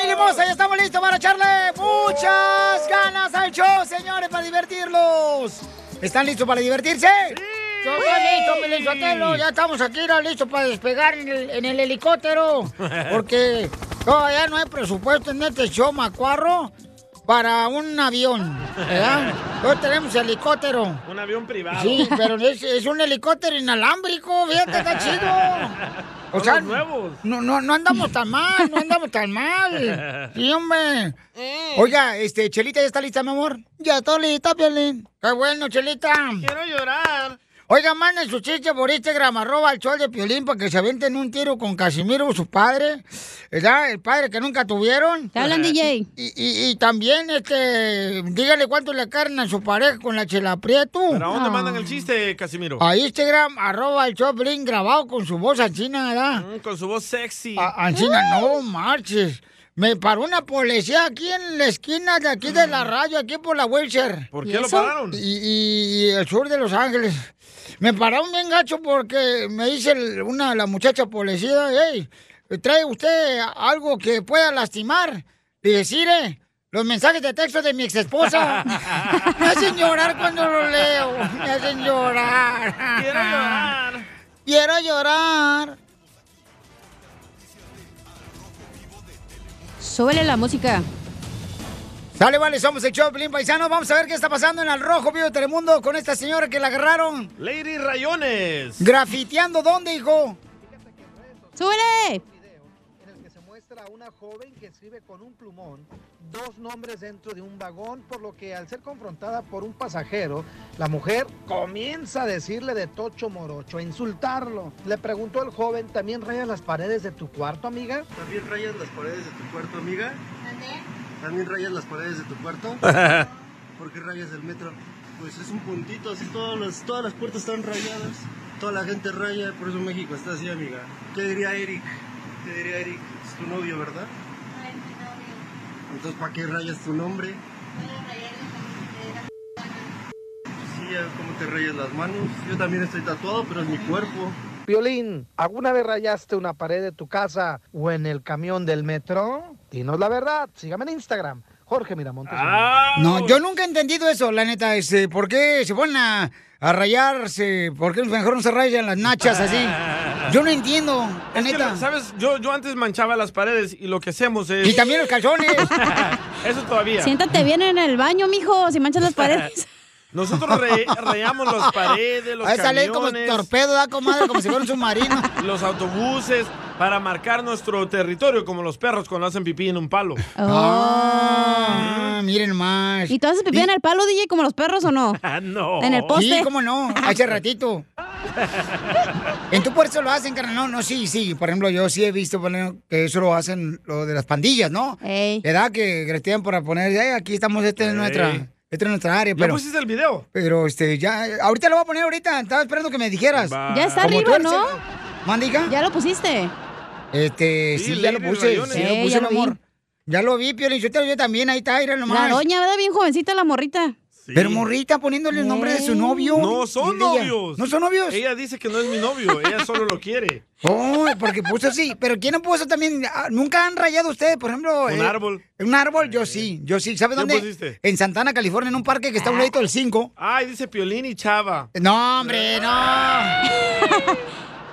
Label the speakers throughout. Speaker 1: hermosa, ya estamos listos para echarle muchas ganas al show, señores, para divertirlos. ¿Están listos para divertirse?
Speaker 2: Yo estoy listo, Pelizotelo. Ya estamos aquí, ¿no? listos para despegar en el, en el helicóptero. Porque todavía no hay presupuesto en este show, Macuarro, para un avión. ¿verdad? Hoy tenemos helicóptero.
Speaker 3: Un avión privado.
Speaker 2: Sí, pero es, es un helicóptero inalámbrico, fíjate, está chido. O
Speaker 3: Son
Speaker 2: sea,
Speaker 3: los nuevos.
Speaker 2: No, no, no andamos tan mal, no andamos tan mal. Sí, hombre. Oiga, este, Chelita, ¿ya está lista, mi amor? Ya está lista, Piolín. Qué bueno, Chelita.
Speaker 3: Quiero llorar.
Speaker 2: Oiga, manden su chiste por Instagram, arroba al show de Piolín, para que se aventen un tiro con Casimiro, su padre, ¿verdad? El padre que nunca tuvieron.
Speaker 4: Te hablan, DJ.
Speaker 2: Y, y- y también, este, dígale cuánto le cargan a su pareja con la chela Prieto.
Speaker 3: ¿Pero a dónde mandan el chiste, Casimiro?
Speaker 2: A Instagram, arroba el show de Piolín, grabado con su voz china, ¿verdad?
Speaker 3: Mm, Con su voz sexy.
Speaker 2: A- Ancina, no marches. Me paró una policía aquí en la esquina de aquí de la radio, aquí por la Wilshire.
Speaker 3: Ah. ¿Por qué ¿Y lo eso? pararon?
Speaker 2: Y, y- y el sur de Los Ángeles. Me pararon bien gacho porque me dice el- una la muchacha policía, hey, ¿trae usted algo que pueda lastimar? Y decir, los mensajes de texto de mi exesposa. me hacen llorar cuando lo leo. Me hacen llorar. Quiero llorar. Quiero llorar.
Speaker 4: Súbele la música.
Speaker 2: Sale, vale, somos el Choplin Paisano. Vamos a ver qué está pasando en el Rojo Vivo de Telemundo con esta señora que la agarraron
Speaker 3: Lady Rayones.
Speaker 2: grafiteando. ¿Dónde, hijo?
Speaker 4: ¡Súbele!
Speaker 5: joven que escribe con un plumón dos nombres dentro de un vagón, por lo que al ser confrontada por un pasajero, la mujer comienza a decirle de tocho morocho, a insultarlo. Le preguntó el joven, ¿también rayas las paredes de tu cuarto, amiga?
Speaker 6: ¿También rayas las paredes de tu cuarto, amiga? ¿También rayas las paredes de tu cuarto? ¿Por qué rayas el metro? Pues es un puntito, así todas las, todas las puertas están rayadas. Toda la gente raya, por eso México está así, amiga. ¿Qué diría Eric? ¿Qué diría Eric? Es tu novio, ¿verdad? Entonces, ¿para qué rayas tu nombre? Sí, ya como te rayas las manos. Yo también estoy tatuado, pero es mi cuerpo.
Speaker 5: Violín, ¿alguna vez rayaste una pared de tu casa o en el camión del metro? Dinos la verdad, sígame en Instagram, Jorge Miramontes.
Speaker 2: Ah. No, yo nunca he entendido eso, la neta. Este, ¿Por qué se ponen a, a rayarse? ¿Por qué mejor no se rayan las nachas así? Yo no entiendo, la
Speaker 3: Es que,
Speaker 2: neta.
Speaker 3: ¿Sabes? Yo, yo antes manchaba las paredes y lo que hacemos es.
Speaker 2: Y también los calzones.
Speaker 3: Eso todavía.
Speaker 4: Siéntate bien en el baño, mijo, si manchas las paredes.
Speaker 3: Nosotros re- rayamos las paredes, los
Speaker 2: Ahí sale como
Speaker 3: camiones,
Speaker 2: torpedo, da comadre, como si fuera un submarino.
Speaker 3: los autobuses para marcar nuestro territorio, como los perros cuando hacen pipí en un palo.
Speaker 4: Oh.
Speaker 2: Ah, miren más.
Speaker 4: ¿Y tú haces pipí en el palo, DJ, como los perros o no?
Speaker 3: Ah, no.
Speaker 4: En el poste.
Speaker 2: Sí, cómo no, hace ratito. En tu puerto lo hacen, carnal. No, no, sí, sí. Por ejemplo, yo sí he visto por ejemplo, que eso lo hacen lo de las pandillas, ¿no? ¿Verdad? Que gretean para poner, "Ey, aquí estamos, este es
Speaker 3: Ey.
Speaker 2: nuestra, esta es nuestra área.
Speaker 3: ¿Ya
Speaker 2: Pero,
Speaker 3: pusiste el video?
Speaker 2: pero este, ya, eh, ahorita lo voy a poner ahorita. Estaba esperando que me dijeras.
Speaker 3: Va.
Speaker 4: Ya está
Speaker 2: Como
Speaker 4: arriba,
Speaker 2: tú eres
Speaker 4: ¿no?
Speaker 2: el- ¿Mandiga?
Speaker 4: Ya lo pusiste.
Speaker 2: Este,
Speaker 3: Sí,
Speaker 2: sí, ya lo
Speaker 3: Lady
Speaker 2: puse,
Speaker 3: Rayones.
Speaker 2: sí, lo
Speaker 4: Ey,
Speaker 2: puse,
Speaker 4: ya
Speaker 2: mi
Speaker 4: lo vi.
Speaker 2: amor. Ya lo vi, Pio Linsotero, yo también, ahí está, era nomás.
Speaker 4: La doña, ¿verdad? Bien jovencita la morrita.
Speaker 3: Sí.
Speaker 2: Pero morrita poniéndole el nombre de su
Speaker 4: Ey.
Speaker 2: novio.
Speaker 3: No son
Speaker 2: Y ella-
Speaker 3: novios.
Speaker 2: ¿No son novios?
Speaker 3: Ella dice que no es mi novio, ella solo lo quiere.
Speaker 2: Oh, porque puso así. Pero ¿quién no puso también? Ah, ¿Nunca han rayado ustedes, por ejemplo?
Speaker 3: Un
Speaker 2: eh,
Speaker 3: árbol.
Speaker 2: Un árbol, yo sí. Yo sí. ¿Sabes
Speaker 3: ¿Qué
Speaker 2: dónde?
Speaker 3: pusiste?
Speaker 2: En Santana, California, en un parque que está a un ladito del 5.
Speaker 3: Ay, dice Piolín y Chava.
Speaker 2: No, hombre, no.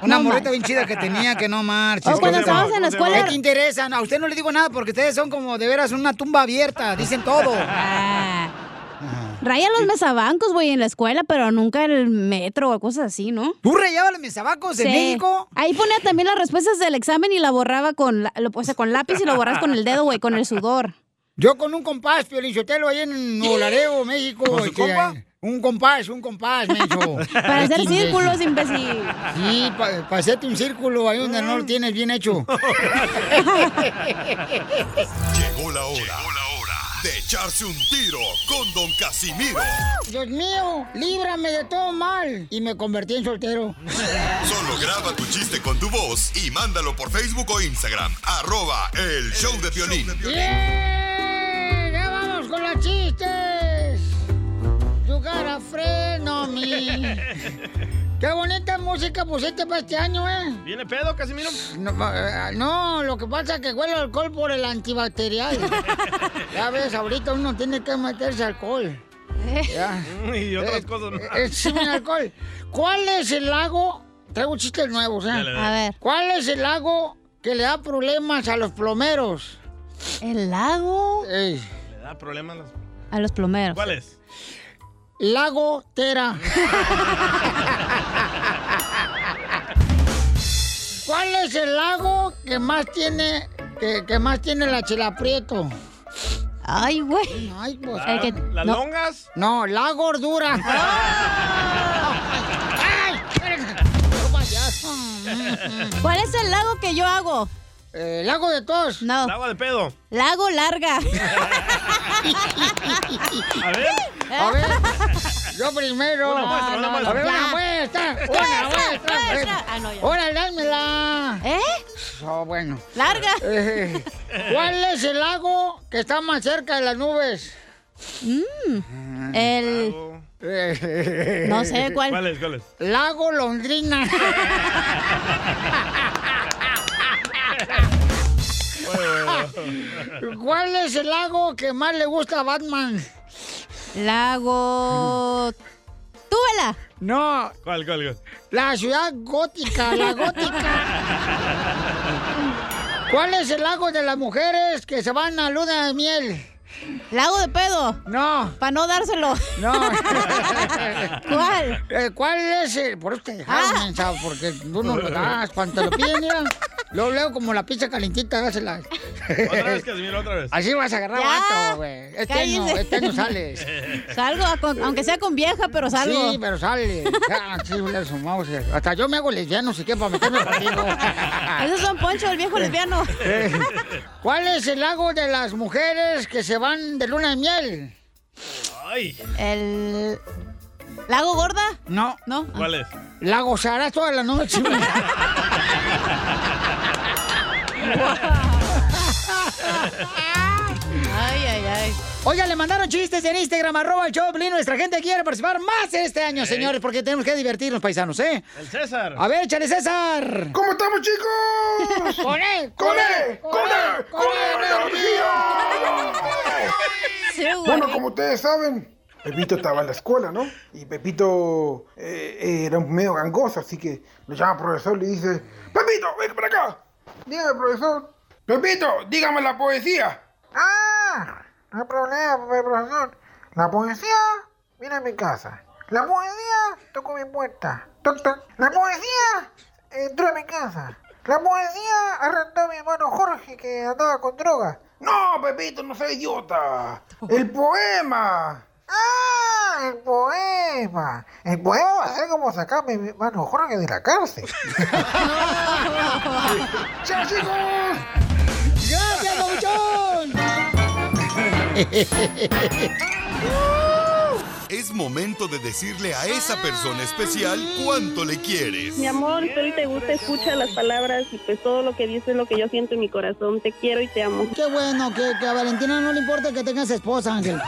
Speaker 2: Una morrita bien chida que tenía que no marches.
Speaker 4: O
Speaker 2: ¿Qué
Speaker 4: cuando
Speaker 2: te-
Speaker 4: estabas en la
Speaker 3: ¿Cómo se
Speaker 4: escuela.
Speaker 2: ¿Qué te interesa? No, a usted no le digo nada porque ustedes son como de veras una tumba abierta. Dicen todo.
Speaker 4: Raya los mesabancos, güey, en la escuela, pero nunca en el metro o cosas así, ¿no?
Speaker 2: ¿Tú rayabas los mesabacos en
Speaker 4: Sí.
Speaker 2: México?
Speaker 4: Ahí ponía también las respuestas del examen y la borraba con, la- lo- o sea, con lápiz y lo borras con el dedo, güey, con el sudor.
Speaker 2: Yo con un compás, Pio Linsotelo, ahí en Nuevo Laredo, México.
Speaker 3: ¿Con su
Speaker 2: este,
Speaker 3: compa?
Speaker 2: Un compás, un compás, me
Speaker 4: Para hacer círculos, imbécil.
Speaker 2: Sí, pa- pasete un círculo ahí donde no lo tienes bien hecho.
Speaker 7: Llegó la hora. De echarse un tiro con Don Casimiro.
Speaker 2: Dios mío, líbrame de todo mal. Y me convertí en soltero.
Speaker 7: Solo graba tu chiste con tu voz y mándalo por Facebook o Instagram. Arroba el show de violín.
Speaker 2: ¡Bien! Eh, ¡Ya vamos con los chistes! Yugar a freno, mi. Qué bonita música pusiste para este año, ¿eh?
Speaker 3: ¿Viene pedo, Casimiro?
Speaker 2: No, eh, no, lo que pasa es que huele alcohol por el antibacterial. ya ves, ahorita uno tiene que meterse alcohol.
Speaker 8: Eh.
Speaker 2: Ya.
Speaker 3: Y otras cosas más.
Speaker 2: Eh, sí, mira, alcohol. ¿Cuál es el lago? Traigo chistes nuevos, ¿eh?
Speaker 3: Dale, dale.
Speaker 8: A ver,
Speaker 2: ¿Cuál es el lago que le da problemas a los plomeros?
Speaker 8: el lago
Speaker 2: Ey,
Speaker 3: Le da problemas. las-
Speaker 8: a los plomeros.
Speaker 3: ¿Cuál es?
Speaker 2: lago Tera. ¿Cuál es el lago que más tiene que, que más tiene la chilaprieto?
Speaker 8: Ay, güey.
Speaker 2: Ay, pues.
Speaker 8: El que-
Speaker 3: ¿Las
Speaker 8: no.
Speaker 3: longas?
Speaker 2: No, la gordura.
Speaker 8: Ah.
Speaker 2: ¡Ay! ¡Qué payaso!
Speaker 8: ¿Cuál es el lago que yo hago?
Speaker 2: Eh, lago de tos.
Speaker 8: No,
Speaker 3: ¿El agua de pedo?
Speaker 8: lago larga.
Speaker 3: A ver. pues,
Speaker 2: A ver, yo primero.
Speaker 3: Una muestra, una
Speaker 2: A
Speaker 3: muestra.
Speaker 2: ver, una
Speaker 8: Ya.
Speaker 2: muestra. Una
Speaker 8: Muestra,
Speaker 2: muestra.
Speaker 8: muestra.
Speaker 2: pues.
Speaker 8: Ah, no, ya.
Speaker 2: Órale, dámela.
Speaker 8: ¿Eh?
Speaker 2: Oh, bueno.
Speaker 8: Larga.
Speaker 2: Eh, ¿Cuál es el lago que está más cerca de las nubes?
Speaker 8: Mm. El.
Speaker 2: Eh,
Speaker 8: No sé cuál.
Speaker 3: ¿Cuál es? ¿Cuál es?
Speaker 2: Lago Londrina. ¿Cuál es el lago que más le gusta a Batman?
Speaker 8: Lago. Túbela.
Speaker 2: No,
Speaker 3: ¿Cuál, cuál, cuál?
Speaker 2: la ciudad gótica, la gótica. ¿Cuál es el lago de las mujeres que se van a luna de miel?
Speaker 8: Lago de pedo.
Speaker 2: No,
Speaker 8: Para no dárselo.
Speaker 2: no.
Speaker 8: ¿Cuál?
Speaker 2: Eh, ¿Cuál es el...? Por eso te dejaron,
Speaker 8: Ah.
Speaker 2: mensa, porque tú no lo das. Cuando te lo piden, mira, luego, luego como la pizza calentita, dásela.
Speaker 3: Otra vez, Casimiro, otra vez.
Speaker 2: Así vas a agarrar
Speaker 8: Ya,
Speaker 2: vato, güey. Este año,
Speaker 8: cállese.
Speaker 2: este año sales.
Speaker 8: Salgo, a con- aunque sea con vieja, pero salgo.
Speaker 2: Sí, pero sale. Ah, sí, le sumamos. eh, Hasta yo me hago lesbiano si quiero para meterme contigo.
Speaker 8: Esos son Poncho, el viejo lesbiano.
Speaker 2: Eh, ¿Cuál es el lago de las mujeres que se van de luna de miel?
Speaker 3: Ay,
Speaker 8: El. ¿Lago gorda?
Speaker 2: No,
Speaker 8: No. Ah.
Speaker 3: ¿cuál es?
Speaker 2: la gozarás toda la noche.
Speaker 8: Ay, ay, ay.
Speaker 2: Oiga, le mandaron chistes en Instagram, arroba el Choplin. Nuestra gente quiere participar más este año, señores, porque tenemos que divertirnos, paisanos, ¿eh?
Speaker 3: El César.
Speaker 2: A ver, échale, César.
Speaker 9: ¿Cómo estamos, chicos?
Speaker 2: ¡Con él!
Speaker 9: ¡Con él! ¡Con él! ¡Con energía!
Speaker 8: Sí, güey.
Speaker 9: Bueno, como ustedes saben, Pepito estaba en la escuela, ¿no? Y Pepito eh, era un medio gangoso, así que lo llama al profesor y le dice, Pepito, ven para acá. Dígame, profesor. Pepito, dígame la poesía. Ah, no hay problema, profesor. La poesía viene a mi casa. La poesía tocó mi puerta. Toc, toc. La poesía entró a mi casa. La poesía arrendó a mi hermano Jorge que andaba con droga. No, Pepito, no seas idiota. El poema. Ah, el poema. El poema va a ser como sacarme mi hermano Jorge de la cárcel. ¡Chao, chicos!
Speaker 2: ¡Gracias, Pabuchón!
Speaker 7: Es momento de decirle a esa persona especial cuánto le quieres.
Speaker 4: Mi amor, espero y te gusta, escucha las palabras y pues todo lo que dices es lo que yo siento en mi corazón. Te quiero y te amo.
Speaker 2: Qué bueno, que, que a Valentina no le importa que tengas esposa, Ángel.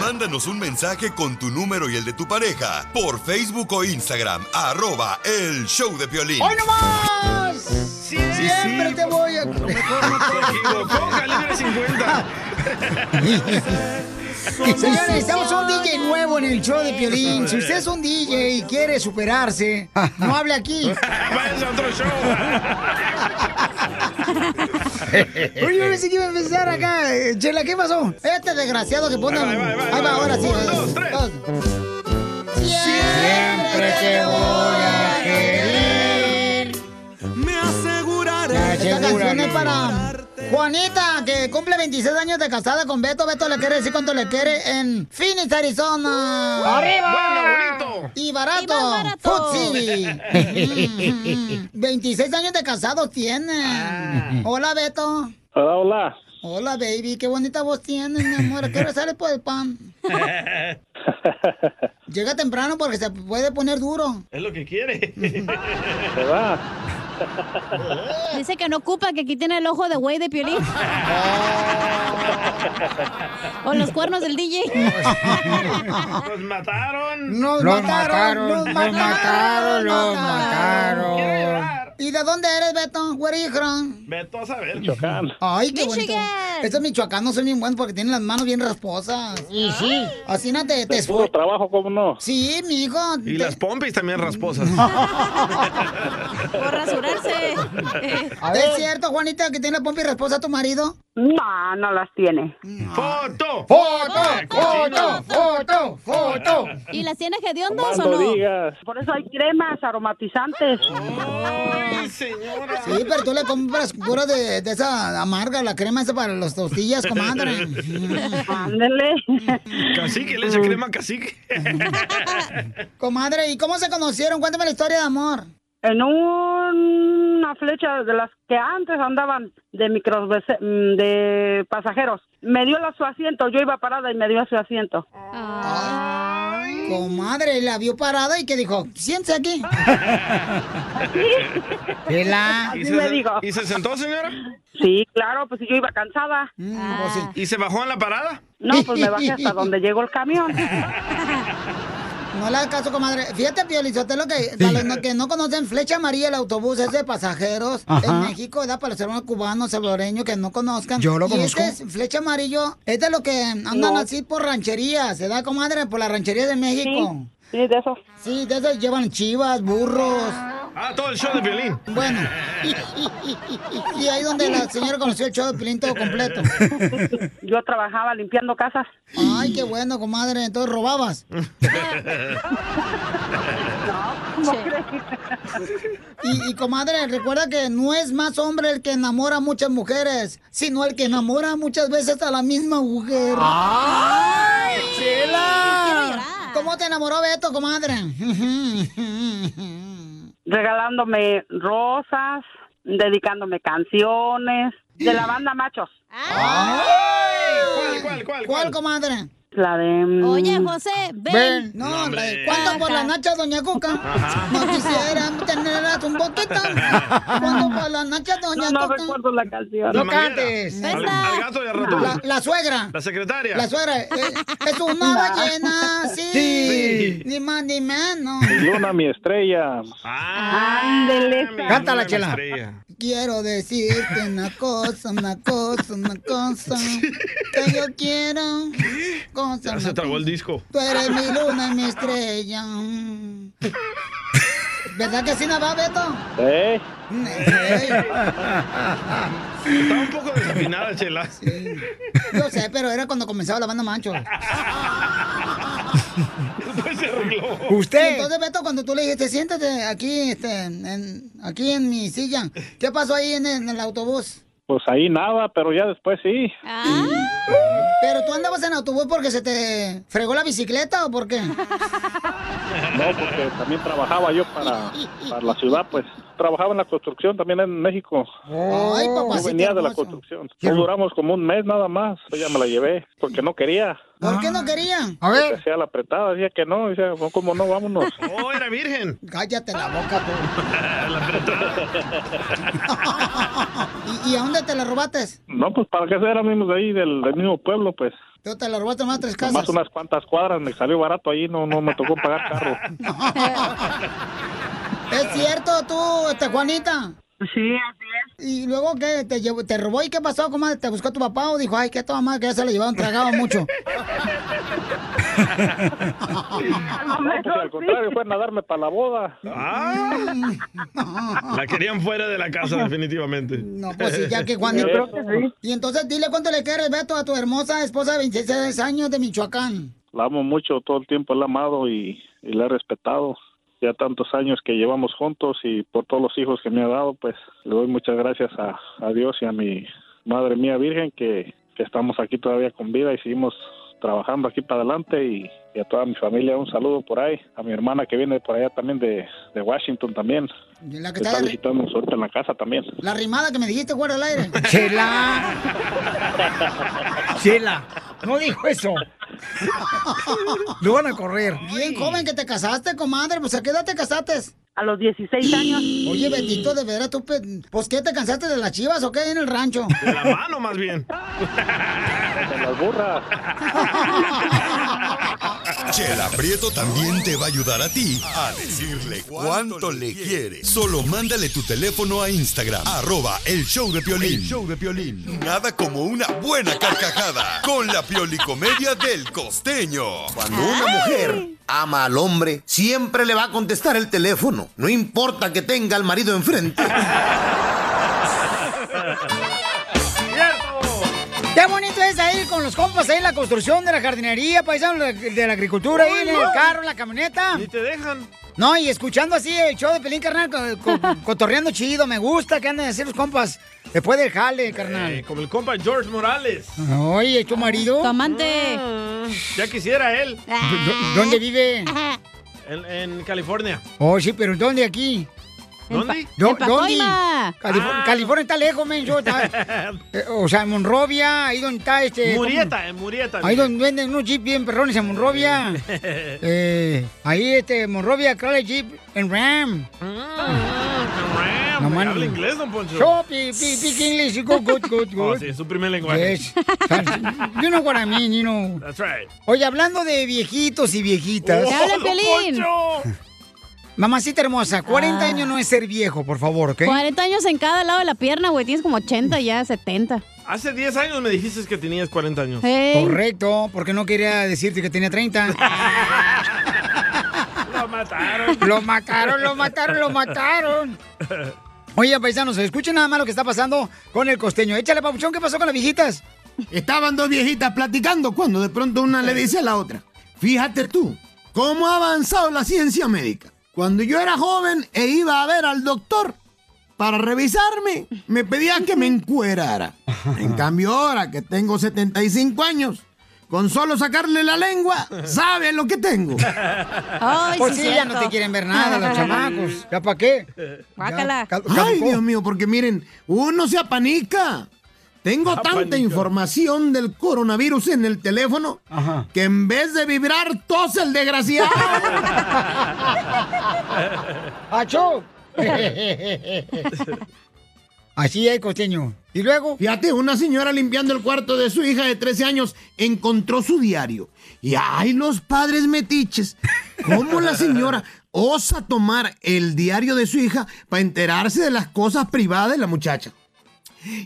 Speaker 7: Mándanos un mensaje con tu número y el de tu pareja por Facebook o Instagram, arroba el show de Piolín.
Speaker 2: ¡Hoy nomás! Siempre te voy a...
Speaker 3: Se equivocó, calibre 50.
Speaker 2: Señores, estamos un DJ nuevo en el show de Piolín. Si usted es un DJ y quiere superarse, no hable aquí.
Speaker 3: Váyanse a otro show.
Speaker 2: Oye,
Speaker 3: Este.
Speaker 2: yo pensé que iba a empezar acá. Eh, Chela, ¿qué pasó? Este desgraciado que pone... Ahí
Speaker 3: va, Mm. ahí va, ahí
Speaker 2: va,
Speaker 3: va.
Speaker 2: ahora sí.
Speaker 3: Un, dos, tres.
Speaker 2: Siempre te voy a querer.
Speaker 10: Me aseguraré.
Speaker 2: Esta canción es para Juanita, que cumple 26 años de casada con Beto. Beto le quiere decir cuánto le quiere en Phoenix, Arizona.
Speaker 3: ¡Arriba! Bueno, bonito.
Speaker 2: Y
Speaker 8: Y
Speaker 2: barato.
Speaker 8: más barato.
Speaker 2: Food City. Mm, mm. 26 años de casados tienen. Hola, Beto.
Speaker 11: Hola, hola.
Speaker 2: Hola, baby. Qué bonita voz tienes, mi amor. ¿Qué hora sales por el pan? Llega temprano porque se puede poner duro.
Speaker 3: Es lo que quiere.
Speaker 11: ¿Te va?
Speaker 8: Dice que no ocupa, que aquí tiene el ojo de güey de piolín.
Speaker 4: O los cuernos del DJ.
Speaker 3: ¡Nos mataron!
Speaker 2: Nos mataron, nos mataron, nos mataron. ¿Y de dónde eres, Beto? Where are you from?
Speaker 3: Beto a saber.
Speaker 2: Ay, qué bonito. Estos michoacanos son bien buenos porque tienen las manos bien rasposas. Y sí. Así no te, te
Speaker 11: De puro
Speaker 2: esfuer-
Speaker 11: trabajo, ¿cómo no?
Speaker 2: Sí, mijo.
Speaker 3: Y las pompis también rasposas.
Speaker 4: Por rasurarse.
Speaker 2: ¿Es cierto, Juanita, que tiene la pompa y rasposa tu marido?
Speaker 12: No, no las tiene.
Speaker 3: ¡Foto!
Speaker 2: ¡Foto! ¡Foto! ¡Foto! ¡Foto!
Speaker 4: ¿Y las tienes hediondas o
Speaker 12: Cuando
Speaker 4: no?
Speaker 12: digas. Por eso hay cremas aromatizantes.
Speaker 3: Oh. ¡Ay, señora!
Speaker 2: Sí, pero tú le compras pura de, de esa amarga, la crema esa para las tortillas, comadre.
Speaker 12: Ándele.
Speaker 3: Cacique, le echa crema a cacique.
Speaker 2: Comadre, ¿y cómo se conocieron? Cuéntame la historia de amor.
Speaker 12: En una flecha de las que antes andaban de micros de pasajeros. Me dio la su asiento, yo iba parada y me dio su asiento.
Speaker 2: Comadre, la vio parada y que dijo, siéntese aquí. Vela.
Speaker 3: ¿Y
Speaker 12: Así
Speaker 3: se-
Speaker 12: me digo.
Speaker 3: ¿Y se sentó, señora?
Speaker 12: Sí, claro, pues yo iba cansada.
Speaker 2: Mm,
Speaker 3: Ah. ¿Y se bajó en la parada?
Speaker 12: No, pues me bajé hasta donde llegó el camión.
Speaker 2: No le hagas caso, comadre. Fíjate, Piolizotelo, que para los no- que no conocen, Flecha Amarilla, el autobús es de pasajeros.
Speaker 1: Ajá.
Speaker 2: En México da para los hermanos cubanos, salvadoreños que no conozcan.
Speaker 1: Yo lo
Speaker 2: y
Speaker 1: conozco.
Speaker 2: Este es Flecha Amarillo, este es lo que andan
Speaker 12: No.
Speaker 2: así por rancherías, ¿se da, comadre? Por las rancherías de México.
Speaker 12: Sí, de eso.
Speaker 2: Sí, de eso llevan chivas, burros.
Speaker 3: Ah, todo el show de violín.
Speaker 2: Bueno. Y ahí donde la señora conoció el show de Pelín todo completo.
Speaker 12: Yo trabajaba limpiando casas.
Speaker 2: Ay, qué bueno, comadre. Entonces robabas. Y, y, comadre, recuerda que no es más hombre el que enamora a muchas mujeres, sino el que enamora muchas veces a la misma mujer.
Speaker 1: ¡Ay,
Speaker 2: chela! ¿Cómo te enamoró Beto, comadre?
Speaker 12: Regalándome rosas, dedicándome canciones de la banda Machos.
Speaker 3: ¿Cuál, cuál, cuál?
Speaker 2: ¿Cuál, comadre?
Speaker 12: La de... mm,
Speaker 4: Oye, José, ven.
Speaker 2: Ven. No,
Speaker 4: No,
Speaker 2: la de
Speaker 4: hombre.
Speaker 2: ¿cuánto por la nacha, doña Cuca? No quisiera tenerlas un poquito. ¿Cuánto por la nacha, doña
Speaker 12: No
Speaker 2: Cuca?
Speaker 12: recuerdo la canción.
Speaker 2: No
Speaker 3: La manguera.
Speaker 2: cantes.
Speaker 3: Al, al gato y al ratón.
Speaker 2: La, la suegra.
Speaker 3: La secretaria.
Speaker 2: La suegra. eh, es una ballena, sí.
Speaker 3: Sí.
Speaker 2: Ni más ni menos.
Speaker 11: Mi luna, mi estrella.
Speaker 3: Ah,
Speaker 2: Ándele.
Speaker 11: Cántala,
Speaker 2: Cántala, chela. Quiero decirte una cosa, una cosa, una cosa. Que yo quiero. Cosa,
Speaker 3: Ya
Speaker 2: una
Speaker 3: se trabó el disco.
Speaker 2: Tú eres mi luna y mi estrella. ¿Verdad que así no va, Beto?
Speaker 11: ¿Eh?
Speaker 3: Estaba un poco desafinada, chela.
Speaker 2: Yo sé, pero era cuando comenzaba la banda Mancho.
Speaker 3: Después se arregló.
Speaker 2: Y entonces, Beto, cuando tú le dijiste, siéntate aquí, este, en, aquí en mi silla, ¿qué pasó ahí en, en el autobús?
Speaker 11: Pues ahí nada, pero ya después sí.
Speaker 2: Ah. ¿Pero tú andabas en autobús porque se te fregó la bicicleta o por qué?
Speaker 11: No, porque también trabajaba yo para, para la ciudad, pues. Trabajaba en la construcción también en México.
Speaker 2: Oh. Ay,
Speaker 11: Yo
Speaker 2: papacito
Speaker 11: venía de la
Speaker 2: hermoso.
Speaker 11: construcción. No duramos como un mes nada más. Yo ya me la llevé porque no quería.
Speaker 2: ¿Por qué no querían?
Speaker 11: A Hacía la apretada, decía que no. Decía, "No, ¿cómo no? Vámonos.
Speaker 3: Oh, era virgen.
Speaker 2: Cállate la boca tú.
Speaker 3: la
Speaker 2: ¿Y, y a dónde te la robaste?
Speaker 11: No, pues para qué ser mismos de ahí, del, del mismo pueblo, pues.
Speaker 2: Tú te la robaste más tres casas.
Speaker 11: Más unas cuantas cuadras, me salió barato ahí, no, no me tocó pagar carro.
Speaker 2: ¿Es cierto tú, este, Juanita?
Speaker 12: Sí, así
Speaker 2: es. ¿Y luego qué? ¿Te, llevó- te robó y qué pasó, comadre? ¿Te buscó tu papá o dijo, ay, que toda madre, que ya se la llevaron, tragaba mucho?
Speaker 11: No, pues, al contrario, fue a nadarme para la boda.
Speaker 3: Ah. La querían fuera de la casa, definitivamente.
Speaker 2: No, pues sí, ya que Juan... Y entonces dile cuánto le quieres, Beto, a tu hermosa esposa de 26 años de Michoacán.
Speaker 11: La amo mucho, todo el tiempo la he amado y, y la he respetado. Ya tantos años que llevamos juntos y por todos los hijos que me ha dado, pues le doy muchas gracias a, a Dios y a mi Madre Mía Virgen que, que estamos aquí todavía con vida y seguimos trabajando aquí para adelante y, y a toda mi familia un saludo por ahí, a mi hermana que viene por allá también de, de Washington también.
Speaker 2: La que
Speaker 11: está
Speaker 2: está...
Speaker 11: visitando ahorita en la casa también.
Speaker 2: La rimada que me dijiste fuera del aire.
Speaker 1: Chela. Chela. No dijo eso. Lo van a correr.
Speaker 2: Bien joven que te casaste, comadre. Pues a qué edad te casaste?
Speaker 11: a los 16 años.
Speaker 2: Oye, bendito, de veras, tú, pe- pues, ¿qué te cansaste de las chivas o qué en el rancho?
Speaker 3: De la mano, más bien.
Speaker 13: De las burras.
Speaker 7: Chela Prieto también te va a ayudar a ti a decirle cuánto le quiere. Solo mándale tu teléfono a Instagram, arroba el show de Piolín.
Speaker 14: El
Speaker 7: show de Piolín. Nada como una buena carcajada con la piolicomedia del costeño.
Speaker 14: Cuando una mujer ama al hombre, siempre le va a contestar el teléfono. No importa que tenga al marido enfrente.
Speaker 2: Qué bonito es ahí con los compas, ahí en la construcción de la jardinería, paisano de de la agricultura, ahí en el carro, en la camioneta.
Speaker 3: Ni te dejan.
Speaker 2: No, y escuchando así el show de Pelín, carnal, co- co- cotorreando chido, me gusta que anden así los compas después del jale, carnal.
Speaker 3: Eh, como el compa George Morales. Mm,
Speaker 2: Oye, ¿tu marido? Ah.
Speaker 4: Tu amante.
Speaker 3: Ya quisiera él.
Speaker 2: ¿Dó- ¿Dónde vive?
Speaker 3: En, en California.
Speaker 2: Oh, sí, pero ¿dónde aquí?
Speaker 3: ¿Dónde?
Speaker 2: ¿Dó-
Speaker 3: En
Speaker 2: ¿Dónde?
Speaker 3: Pacoima.
Speaker 2: Calif-
Speaker 3: Ah.
Speaker 2: California está lejos, men. yo está- eh, o sea, en Monrovia, ahí donde está este... ¿cómo?
Speaker 3: Murieta, en Murieta.
Speaker 2: Ahí donde venden unos jeep bien perrones en Monrovia. Eh, ahí este, Monrovia, Crowley Jeep en Ram.
Speaker 3: Ram,
Speaker 2: No, man.
Speaker 3: Habla inglés, don Poncho.
Speaker 2: Yo, pi, pi, speak English, good, good, good, good.
Speaker 3: Oh, sí, es su primer lenguaje.
Speaker 2: Yes. You know what I mean, you know.
Speaker 3: That's right.
Speaker 2: Oye, hablando de viejitos y viejitas.
Speaker 3: ¡Te habla, Piolín!
Speaker 2: Mamacita hermosa, 40 años no es ser viejo, por favor, ¿ok?
Speaker 4: 40 años en cada lado de la pierna, güey. Tienes como 80 ya, 70.
Speaker 3: Hace 10 años me dijiste que tenías 40 años.
Speaker 4: Hey.
Speaker 2: Correcto, porque no quería decirte que tenía 30.
Speaker 3: Lo mataron.
Speaker 2: lo mataron, lo mataron, lo mataron. Oye, paisanos, escuchen nada más lo que está pasando con el costeño. Échale, papuchón, ¿qué pasó con las viejitas?
Speaker 14: Estaban dos viejitas platicando cuando de pronto una le dice a la otra, fíjate tú, cómo ha avanzado la ciencia médica. Cuando yo era joven e iba a ver al doctor para revisarme, me pedía que me encuerara. En cambio ahora que tengo 75 años, con solo sacarle la lengua, sabe lo que tengo.
Speaker 2: pues sí, ya no te quieren ver nada, los chamacos. ¿Ya para qué? Ya, cal-
Speaker 14: Ay,
Speaker 2: caducó.
Speaker 14: Dios mío, porque miren, uno se apanica. Tengo tanta información del coronavirus en el teléfono que en vez de vibrar, tose el desgraciado.
Speaker 2: ¡Achó! Así es, costeño. ¿Y luego?
Speaker 14: Fíjate, una señora limpiando el cuarto de su hija de 13 años encontró su diario. Y ay, los padres metiches. ¿Cómo la señora osa tomar el diario de su hija para enterarse de las cosas privadas de la muchacha?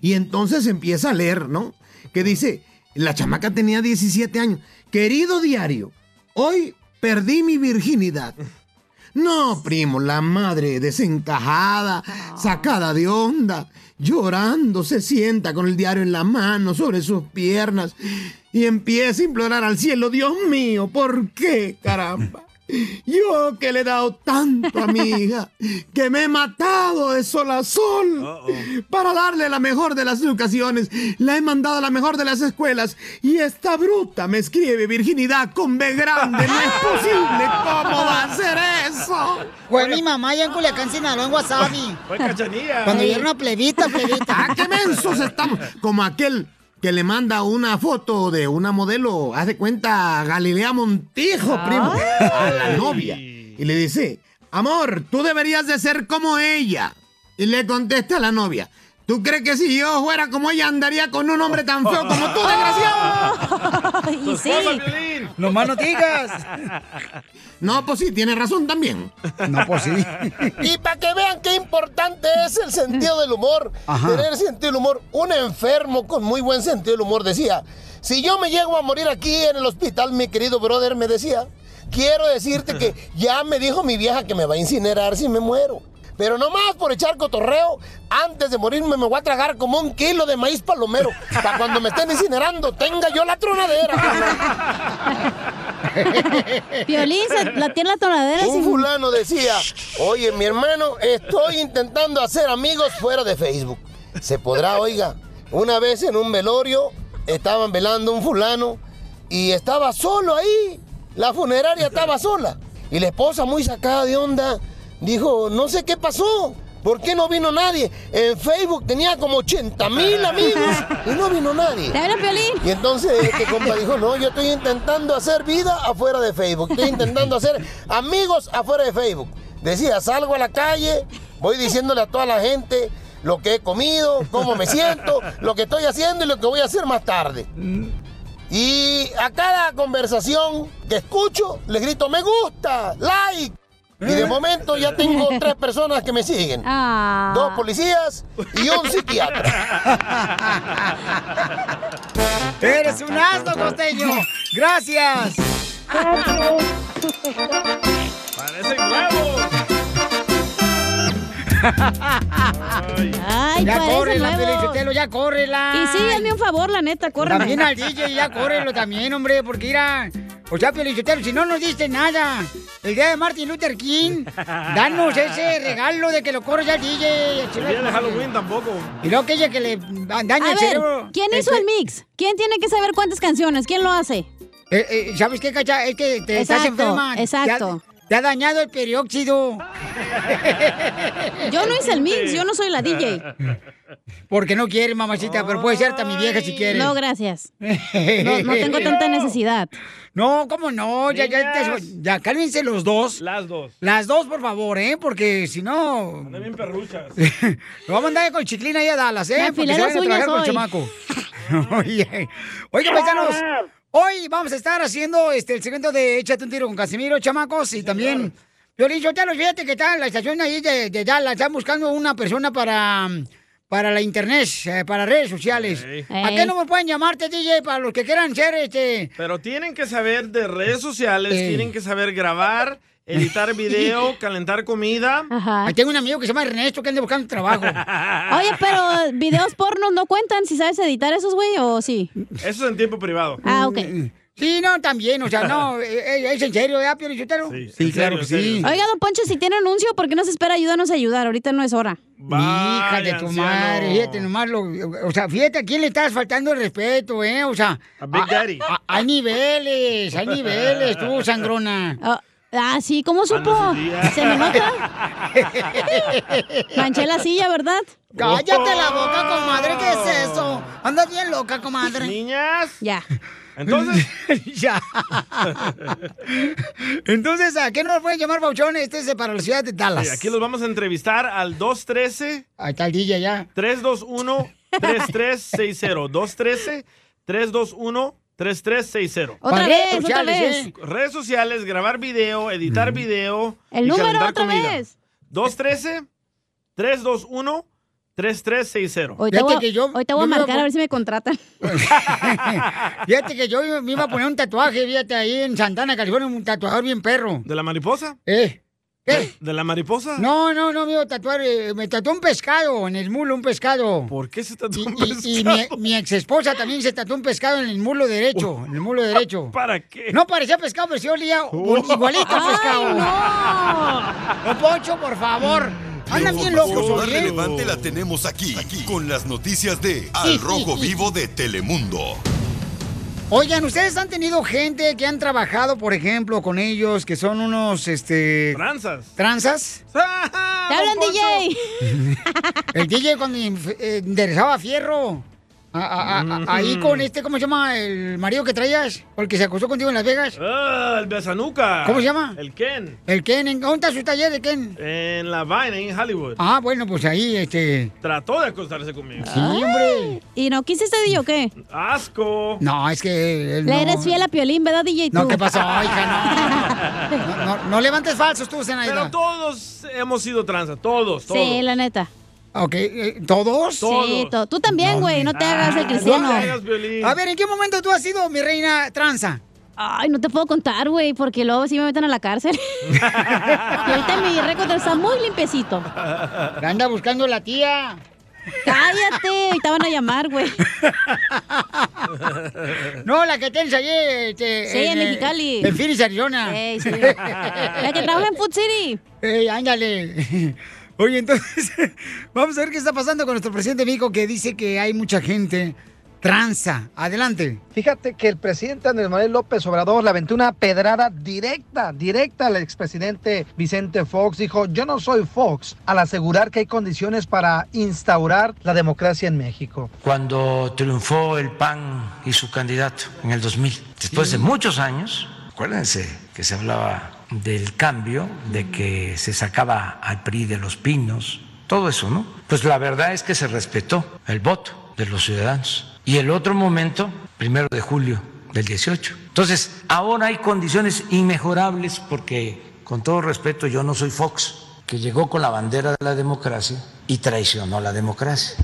Speaker 14: Y entonces empieza a leer, ¿no? Que dice, la chamaca tenía 17 años. Querido diario, hoy perdí mi virginidad. No, primo, la madre desencajada, sacada de onda, llorando, se sienta con el diario en la mano, sobre sus piernas, y empieza a implorar al cielo, Dios mío, ¿por qué, caramba? Yo que le he dado tanto a mi hija, que me he matado de sol a sol para darle la mejor de las educaciones, la he mandado a la mejor de las escuelas y esta bruta me escribe virginidad con B grande, no es posible, ¿cómo va a ser eso?
Speaker 2: Güey, mi mamá ya en Culiacán, Sinaloa, en Wasabi.
Speaker 14: Fue cachanilla.
Speaker 2: Cuando yo era una plebita, plebita.
Speaker 14: ¡Ah, qué mensos estamos! Como aquel que le manda una foto de una modelo, haz de cuenta, Galilea Montijo, primo, a la novia. Y le dice, amor, tú deberías de ser como ella. Y le contesta a la novia, ¿tú crees que si yo fuera como ella andaría con un hombre tan feo como tú, desgraciado?
Speaker 4: Y
Speaker 2: Pues
Speaker 4: sí.
Speaker 2: No más no digas.
Speaker 14: No, pues sí, tiene razón también.
Speaker 2: No, pues sí.
Speaker 15: Y para que vean qué importante es el sentido del humor,
Speaker 14: Ajá.
Speaker 15: tener sentido del humor, un enfermo con muy buen sentido del humor decía, si yo me llego a morir aquí en el hospital, mi querido brother me decía, quiero decirte que ya me dijo mi vieja que me va a incinerar si me muero. Pero no más por echar cotorreo, antes de morirme me voy a tragar como un kilo de maíz palomero, para cuando me estén incinerando tenga yo la tronadera.
Speaker 4: Piolín, se- la tiene la tonadera.
Speaker 15: Un fulano decía, oye, mi hermano, estoy intentando hacer amigos fuera de Facebook. Se podrá, oiga. Una vez en un velorio estaban velando un fulano y estaba solo ahí. La funeraria estaba sola. Y la esposa, muy sacada de onda, dijo, no sé qué pasó. ¿Por qué no vino nadie? En Facebook tenía como 80 mil amigos y no vino nadie.
Speaker 4: Te habla Piolín.
Speaker 15: Y entonces este compa dijo, no, yo estoy intentando hacer vida afuera de Facebook. Estoy intentando hacer amigos afuera de Facebook.
Speaker 14: Decía, salgo a la calle, voy diciéndole a toda la gente lo que he comido, cómo me siento, lo que estoy haciendo y lo que voy a hacer más tarde. Y a cada conversación que escucho, les grito, me gusta, like. Y de momento ya tengo tres personas que me siguen.
Speaker 4: Ah.
Speaker 14: Dos
Speaker 2: pues.
Speaker 14: policías y un psiquiatra.
Speaker 2: ¡Eres un asno, costeño! ¡Gracias!
Speaker 3: Parecen huevos.
Speaker 4: Ay,
Speaker 2: ya
Speaker 4: parece
Speaker 2: córrela,
Speaker 4: nuevo.
Speaker 2: Felicitelo, ya córrela.
Speaker 4: Y sí, hazme un favor, la neta, corre.
Speaker 2: También al DJ, ya córrelo también, hombre, porque irá. O sea, Felicitelo, si no nos diste nada, el día de Martin Luther King, danos ese regalo de que lo corre ya el DJ.
Speaker 3: El día de Halloween tampoco.
Speaker 2: Y luego aquella que le daña
Speaker 4: A
Speaker 2: el
Speaker 4: ver,
Speaker 2: cerebro. Este
Speaker 4: ¿quién hizo el mix? ¿Quién tiene que saber cuántas canciones? ¿Quién lo hace?
Speaker 2: Eh, ¿Sabes qué, Cacha? Es que te estás
Speaker 4: Exacto,
Speaker 2: enferma. Te ha-
Speaker 4: exacto.
Speaker 2: Te ha, dañado el perióxido.
Speaker 4: Yo no hice el mix, yo no soy la DJ.
Speaker 2: Porque no quiere, mamacita, pero puede ser mi vieja si quiere.
Speaker 4: No, gracias. No, no tengo tanta necesidad.
Speaker 2: No, ¿cómo no? Ya, ya, ya, ya, cálmense los dos.
Speaker 3: Las dos.
Speaker 2: Las dos, por favor, ¿eh? Porque si no,
Speaker 3: Andan bien perruchas.
Speaker 2: lo vamos a mandar con chiclina ahí a Dallas, ¿eh?
Speaker 3: Me
Speaker 2: Para que
Speaker 3: afilé
Speaker 2: se
Speaker 3: las
Speaker 2: vayan a trabajar con el
Speaker 3: uñas
Speaker 2: chamaco. Oye, oigan, paisanos, hoy vamos a estar haciendo este, el segmento de Échate un tiro con Casimiro, chamacos, y también... Violín, yo te los fíjate que está en la estación ahí de, de Dallas, están buscando una persona para, para la internet, eh, para redes sociales.
Speaker 3: Ey.
Speaker 2: ¿A qué no me pueden llamarte, DJ, para los que quieran ser este...
Speaker 3: Pero tienen que saber de redes sociales,
Speaker 2: Eh.
Speaker 3: tienen que saber grabar, editar video, calentar comida.
Speaker 2: Ahí tengo un amigo que se llama Ernesto que anda buscando trabajo.
Speaker 4: Oye, pero videos pornos no cuentan si sabes editar esos, güey, o sí.
Speaker 3: Eso es en tiempo privado.
Speaker 4: Ah, ok.
Speaker 2: Sí, no, también, o sea, no, eh, eh, es en serio, ¿verdad, Pio Lichotero? Sí, claro que sí.
Speaker 4: Oiga, don Poncho, si tiene anuncio, ¿por qué no se espera? Ayúdanos a ayudar, ahorita no es hora.
Speaker 2: Hija de tu madre, fíjate nomás lo, o sea, fíjate a quién le estás faltando el respeto, ¿eh? O sea,
Speaker 3: A Big
Speaker 2: a-
Speaker 3: Daddy.
Speaker 2: a- hay niveles, hay niveles, tú, sangrona.
Speaker 4: ah, sí, ¿cómo supo? ¿Se me nota? Manché la silla, ¿verdad?
Speaker 2: Cállate la boca, comadre, ¿qué es eso? Andas bien loca, comadre.
Speaker 3: Niñas.
Speaker 4: Ya.
Speaker 3: Entonces.
Speaker 2: ya. Entonces, ¿a qué nos pueden llamar, Bauchón? Este es de para la ciudad de Dallas.
Speaker 3: Sí, aquí los vamos a entrevistar al 213
Speaker 2: Ahí está el DJ ya.
Speaker 3: 321 3360 213 321 3360
Speaker 4: Otra Para redes vez, otra sociales, vez. ¿eh? Mm.
Speaker 3: Redes sociales, grabar video, editar video.
Speaker 4: El
Speaker 3: y
Speaker 4: número
Speaker 3: calentar
Speaker 4: otra
Speaker 3: comida.
Speaker 4: vez.
Speaker 3: 213 321 3360
Speaker 4: Hoy te, voy, hoy te voy a marcar a ver si me contratan.
Speaker 2: Fíjate que yo me iba a poner un tatuaje, fíjate, ahí en Santana, California, un tatuador bien perro.
Speaker 3: ¿De la mariposa?
Speaker 2: ¿Eh? ¿Qué?
Speaker 3: ¿De la mariposa?
Speaker 2: No, no, no me iba a tatuar, eh, me tatuó un pescado en el mulo, un pescado.
Speaker 3: ¿Por qué se tatuó un
Speaker 2: Y, mi,
Speaker 3: pescado?
Speaker 2: mi exesposa también se tatuó un pescado en el mulo derecho, en el mulo derecho.
Speaker 3: ¿Para qué?
Speaker 2: No parecía pescado, pero sí olía igualito a
Speaker 16: Ay,
Speaker 2: pescado.
Speaker 4: no!
Speaker 2: Poncho, por favor.
Speaker 3: Mm.
Speaker 2: Andan bien locos, ¿eh?
Speaker 7: Información más
Speaker 2: oye.
Speaker 7: relevante la tenemos aquí, aquí, con las noticias de
Speaker 2: Sí, sí,
Speaker 7: Al Rojo
Speaker 2: sí.
Speaker 7: Vivo de Telemundo.
Speaker 2: Oigan, ¿ustedes han tenido gente que han trabajado, por ejemplo, con ellos, que son unos, este...
Speaker 3: Tranzas.
Speaker 2: ¿Tranzas?
Speaker 4: ¡Te hablan, DJ!
Speaker 2: El DJ cuando enf- eh, enderezaba fierro. a- a- a- a-
Speaker 3: Mm.
Speaker 2: ahí con este, ¿cómo se llama? El marido que traías, o el que se acostó contigo en Las Vegas.
Speaker 3: Ah, el Besanuca.
Speaker 2: ¿Cómo se llama?
Speaker 3: El Ken.
Speaker 2: El Ken, ¿en- ¿dónde está su taller de Ken?
Speaker 3: Eh. En la vaina, en Hollywood.
Speaker 2: Ah, bueno, pues ahí, este...
Speaker 3: Trató de acostarse conmigo.
Speaker 2: Sí, hombre.
Speaker 4: ¿Y no quisiste DJ o qué?
Speaker 3: ¡Asco!
Speaker 2: No, es que... él
Speaker 4: Le
Speaker 2: no-
Speaker 4: eres fiel a Piolín, ¿verdad, DJ?
Speaker 2: No,
Speaker 4: tú?
Speaker 2: ¿qué pasó, hija? No, no, no, no levantes falsos tú,
Speaker 3: Pero
Speaker 2: Zenaida.
Speaker 3: todos hemos sido tranza, todos, todos.
Speaker 4: Sí, la neta.
Speaker 2: Ok, eh, ¿todos?
Speaker 4: Sí, to- tú también, güey, no, te hagas
Speaker 3: Ah,
Speaker 4: el cristiano.
Speaker 2: A ver, ¿en qué momento tú has sido mi reina tranza?
Speaker 4: Ay, no te puedo contar, güey, porque luego sí me meten a la cárcel. y ahorita mi récord está muy limpiecito.
Speaker 2: La anda buscando la tía.
Speaker 4: Cállate, ahorita van a llamar, güey.
Speaker 2: No, la que tienes allí. Este,
Speaker 4: Sí, en Mexicali.
Speaker 2: En Phoenix, Arizona.
Speaker 4: Ey, sí. La que trabaja en Food City.
Speaker 2: Ey, ándale. Oye, entonces, vamos a ver qué está pasando con nuestro presidente de México que dice que hay mucha gente tranza. Adelante.
Speaker 5: Fíjate que el presidente Andrés Manuel López Obrador le aventó una pedrada directa, directa al expresidente Vicente Fox. Dijo, yo no soy Fox, al asegurar que hay condiciones para instaurar la democracia en México.
Speaker 15: cuando triunfó el PAN y su candidato en el 2000. Después de muchos años, acuérdense que se hablaba del cambio, de que se sacaba al PRI de los pinos, todo eso, ¿no? Pues la verdad es que se respetó el voto de los ciudadanos. Y el otro momento, primero de julio del 18. Entonces, ahora hay condiciones inmejorables porque, con todo respeto, yo no soy Fox, que llegó con la bandera de la democracia y traicionó la democracia,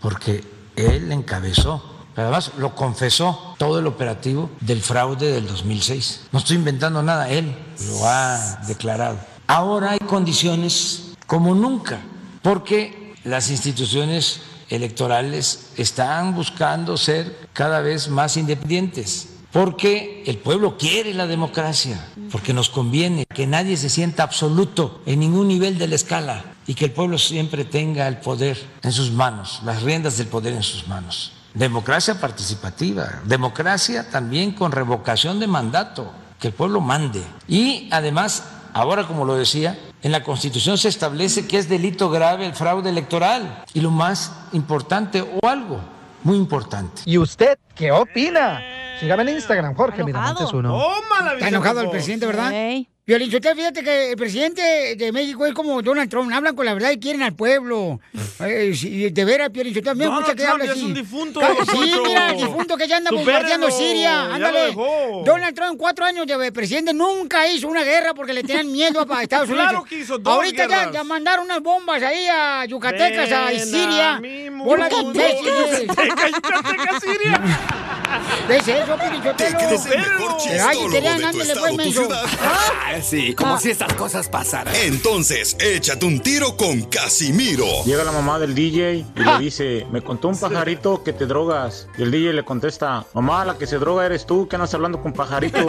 Speaker 15: porque él encabezó pero además lo confesó todo el operativo del fraude del 2006. No estoy inventando nada, él lo ha declarado. Ahora hay condiciones como nunca, porque las instituciones electorales están buscando ser cada vez más independientes, porque el pueblo quiere la democracia, porque nos conviene que nadie se sienta absoluto en ningún nivel de la escala y que el pueblo siempre tenga el poder en sus manos, las riendas del poder en sus manos. Democracia participativa, democracia también con revocación de mandato, que el pueblo mande. Y además, ahora como lo decía, en la Constitución se establece que es delito grave el fraude electoral y lo más importante o algo muy importante.
Speaker 5: ¿Y usted qué opina? Sígame en Instagram, Jorge Miramontes uno.
Speaker 2: Está enojado el presidente, ¿verdad?
Speaker 5: Ey.
Speaker 2: Violín, usted fíjate que el presidente de México es como Donald Trump, hablan con la verdad y quieren al pueblo. Eh, si- de veras, Violín, usted también
Speaker 3: Donald
Speaker 2: escucha que
Speaker 3: Trump
Speaker 2: habla
Speaker 3: ya es
Speaker 2: así.
Speaker 3: un difunto,
Speaker 2: Claro,
Speaker 3: Don
Speaker 2: sí,
Speaker 3: Poncho.
Speaker 2: mira, el difunto que ya anda
Speaker 3: Supérelo,
Speaker 2: bombardeando
Speaker 3: ya
Speaker 2: Siria.
Speaker 3: lo
Speaker 2: Ándale.
Speaker 3: dejó.
Speaker 2: Donald Trump, cuatro años de presidente, nunca hizo una guerra porque le tenían miedo a- a Estados Unidos.
Speaker 3: Claro que hizo dos
Speaker 2: Ahorita ya,
Speaker 3: guerras.
Speaker 2: ya mandaron unas bombas ahí a Yucatecas, a
Speaker 3: Ven a
Speaker 2: Siria.
Speaker 3: mi
Speaker 2: Bola de
Speaker 3: mundo.
Speaker 2: imbéciles.
Speaker 3: Yucateca, Yucateca, Siria.
Speaker 2: ¿Qué es eso, Piolín? Yo te
Speaker 7: ¿Te
Speaker 2: lo-
Speaker 7: crees el mejor
Speaker 2: Ay,
Speaker 7: chistólogo
Speaker 2: querían,
Speaker 7: de tu
Speaker 2: ándale,
Speaker 7: estado,
Speaker 2: pues,
Speaker 7: tu
Speaker 2: menso.
Speaker 7: ciudad?
Speaker 16: Ah, sí, como si estas cosas pasaran.
Speaker 7: Entonces, échate un tiro con Casimiro.
Speaker 17: Llega la mamá del DJ y le dice, me contó un pajarito que te drogas. Y el DJ le contesta, mamá, la que se droga eres tú, que andas hablando con pajarito.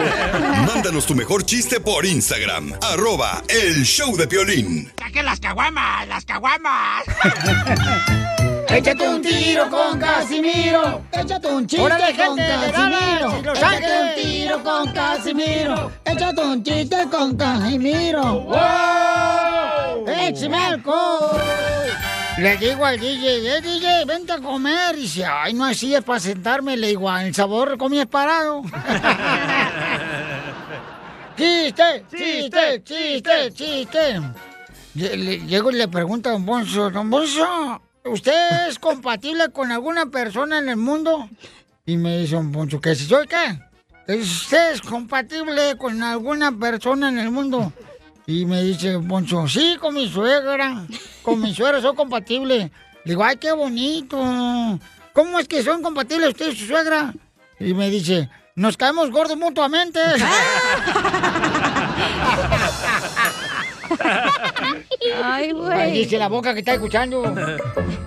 Speaker 7: Mándanos tu mejor chiste por Instagram, arroba el show de Piolín.
Speaker 1: ¡Saquen las caguamas! ¡Las caguamas!
Speaker 2: ¿Ah? Échate un tiro con Casimiro. Échate un chiste
Speaker 1: Órale,
Speaker 2: con
Speaker 1: gente, de
Speaker 2: Casimiro.
Speaker 1: Dallas, Los
Speaker 2: Échate un
Speaker 1: Ángeles.
Speaker 2: tiro con Casimiro. Échate un chiste con Casimiro.
Speaker 1: ¡Wow!
Speaker 2: ¡Échame alcohol! ¡Eh, Le digo al DJ, eh, DJ, vente a comer. Y dice, ay, no así es para sentarme. Le digo, "Ah, el sabor comías parado. ¡Chiste! ¡Chiste! ¡Chiste! ¡Chiste! Lle- le- Llego y le pregunto a Don Bonzo, Don Bonzo, ¿usted es compatible con alguna persona en el mundo? Y me dice Don Poncho, ¿qué si soy qué? ¿Usted es compatible con alguna persona en el mundo? Y me dice Don Poncho, sí, con mi suegra, con mi suegra soy compatible. Le digo, ay, qué bonito. ¿Cómo es que son compatibles usted y su suegra? Y me dice, nos caemos gordos mutuamente.
Speaker 1: Ay, güey.
Speaker 2: Ay, Dice la boca que está escuchando.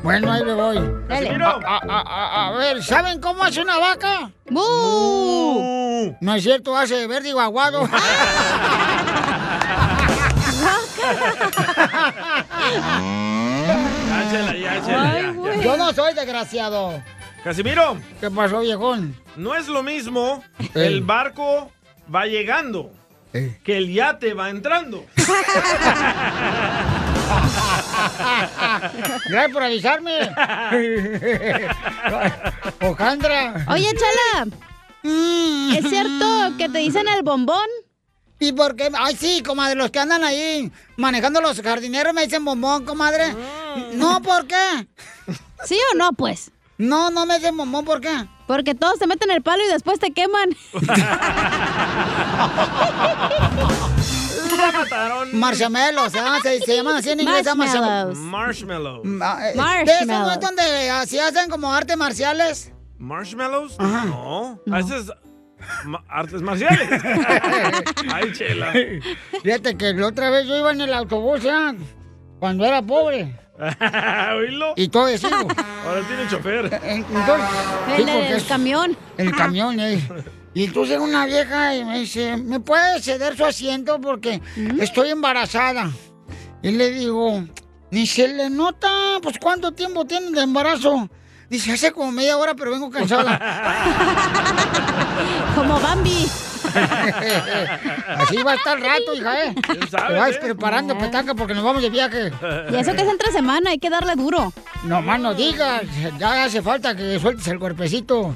Speaker 2: Bueno, ahí le voy.
Speaker 1: Casimiro.
Speaker 2: A, a- a- a- a ver, ¿saben cómo hace una vaca? ¡Bú! No es cierto, hace verde y aguado.
Speaker 1: Ah.
Speaker 3: Échela, ya, échela, ya, ya.
Speaker 2: Yo no soy desgraciado.
Speaker 3: Casimiro.
Speaker 2: ¿Qué pasó, viejón?
Speaker 3: No es lo mismo el barco va llegando que el yate va entrando.
Speaker 2: Gracias por avisarme. Ojandra. Mm.
Speaker 4: Oye, Chala. ¿Es cierto que te dicen el bombón?
Speaker 2: ¿Y por qué? Ay, sí, comadre, los que andan ahí manejando los jardineros me dicen bombón, comadre.
Speaker 4: Mm.
Speaker 2: No, ¿por qué?
Speaker 4: ¿Sí o no, pues?
Speaker 2: No, no me dicen bombón, ¿por qué?
Speaker 4: Porque todos te meten el palo y después te queman.
Speaker 2: Marshmallows, ¿ah? se, se llaman así en inglés. ¿ah? Marshmallows.
Speaker 3: Marshmallows.
Speaker 2: Ah, eh, ¿De esos no es donde así hacen como artes marciales?
Speaker 3: ¿Marshmallows? No. A veces ma- artes marciales. Ay, chela.
Speaker 2: Fíjate que la otra vez yo iba en el autobús, ¿ah? Cuando era pobre.
Speaker 3: ¿Oílo?
Speaker 2: Y todo eso.
Speaker 3: Ahora tiene
Speaker 2: ah,
Speaker 3: chofer.
Speaker 2: El,
Speaker 4: Ah, camión. Ah.
Speaker 2: El camión, eh. Y entonces una vieja y me dice, ¿me puede ceder su asiento porque
Speaker 4: Mm.
Speaker 2: estoy embarazada? Y le digo, ni se le nota, pues ¿cuánto tiempo tiene de embarazo? Dice, hace como media hora, pero vengo cansada.
Speaker 4: Como Bambi.
Speaker 2: Así va a estar el rato, hija, ¿eh? Te vas preparando, petaca, porque nos vamos de viaje.
Speaker 4: Y eso que es entre semana, hay que darle duro.
Speaker 2: No más no digas, ya hace falta que sueltes el cuerpecito.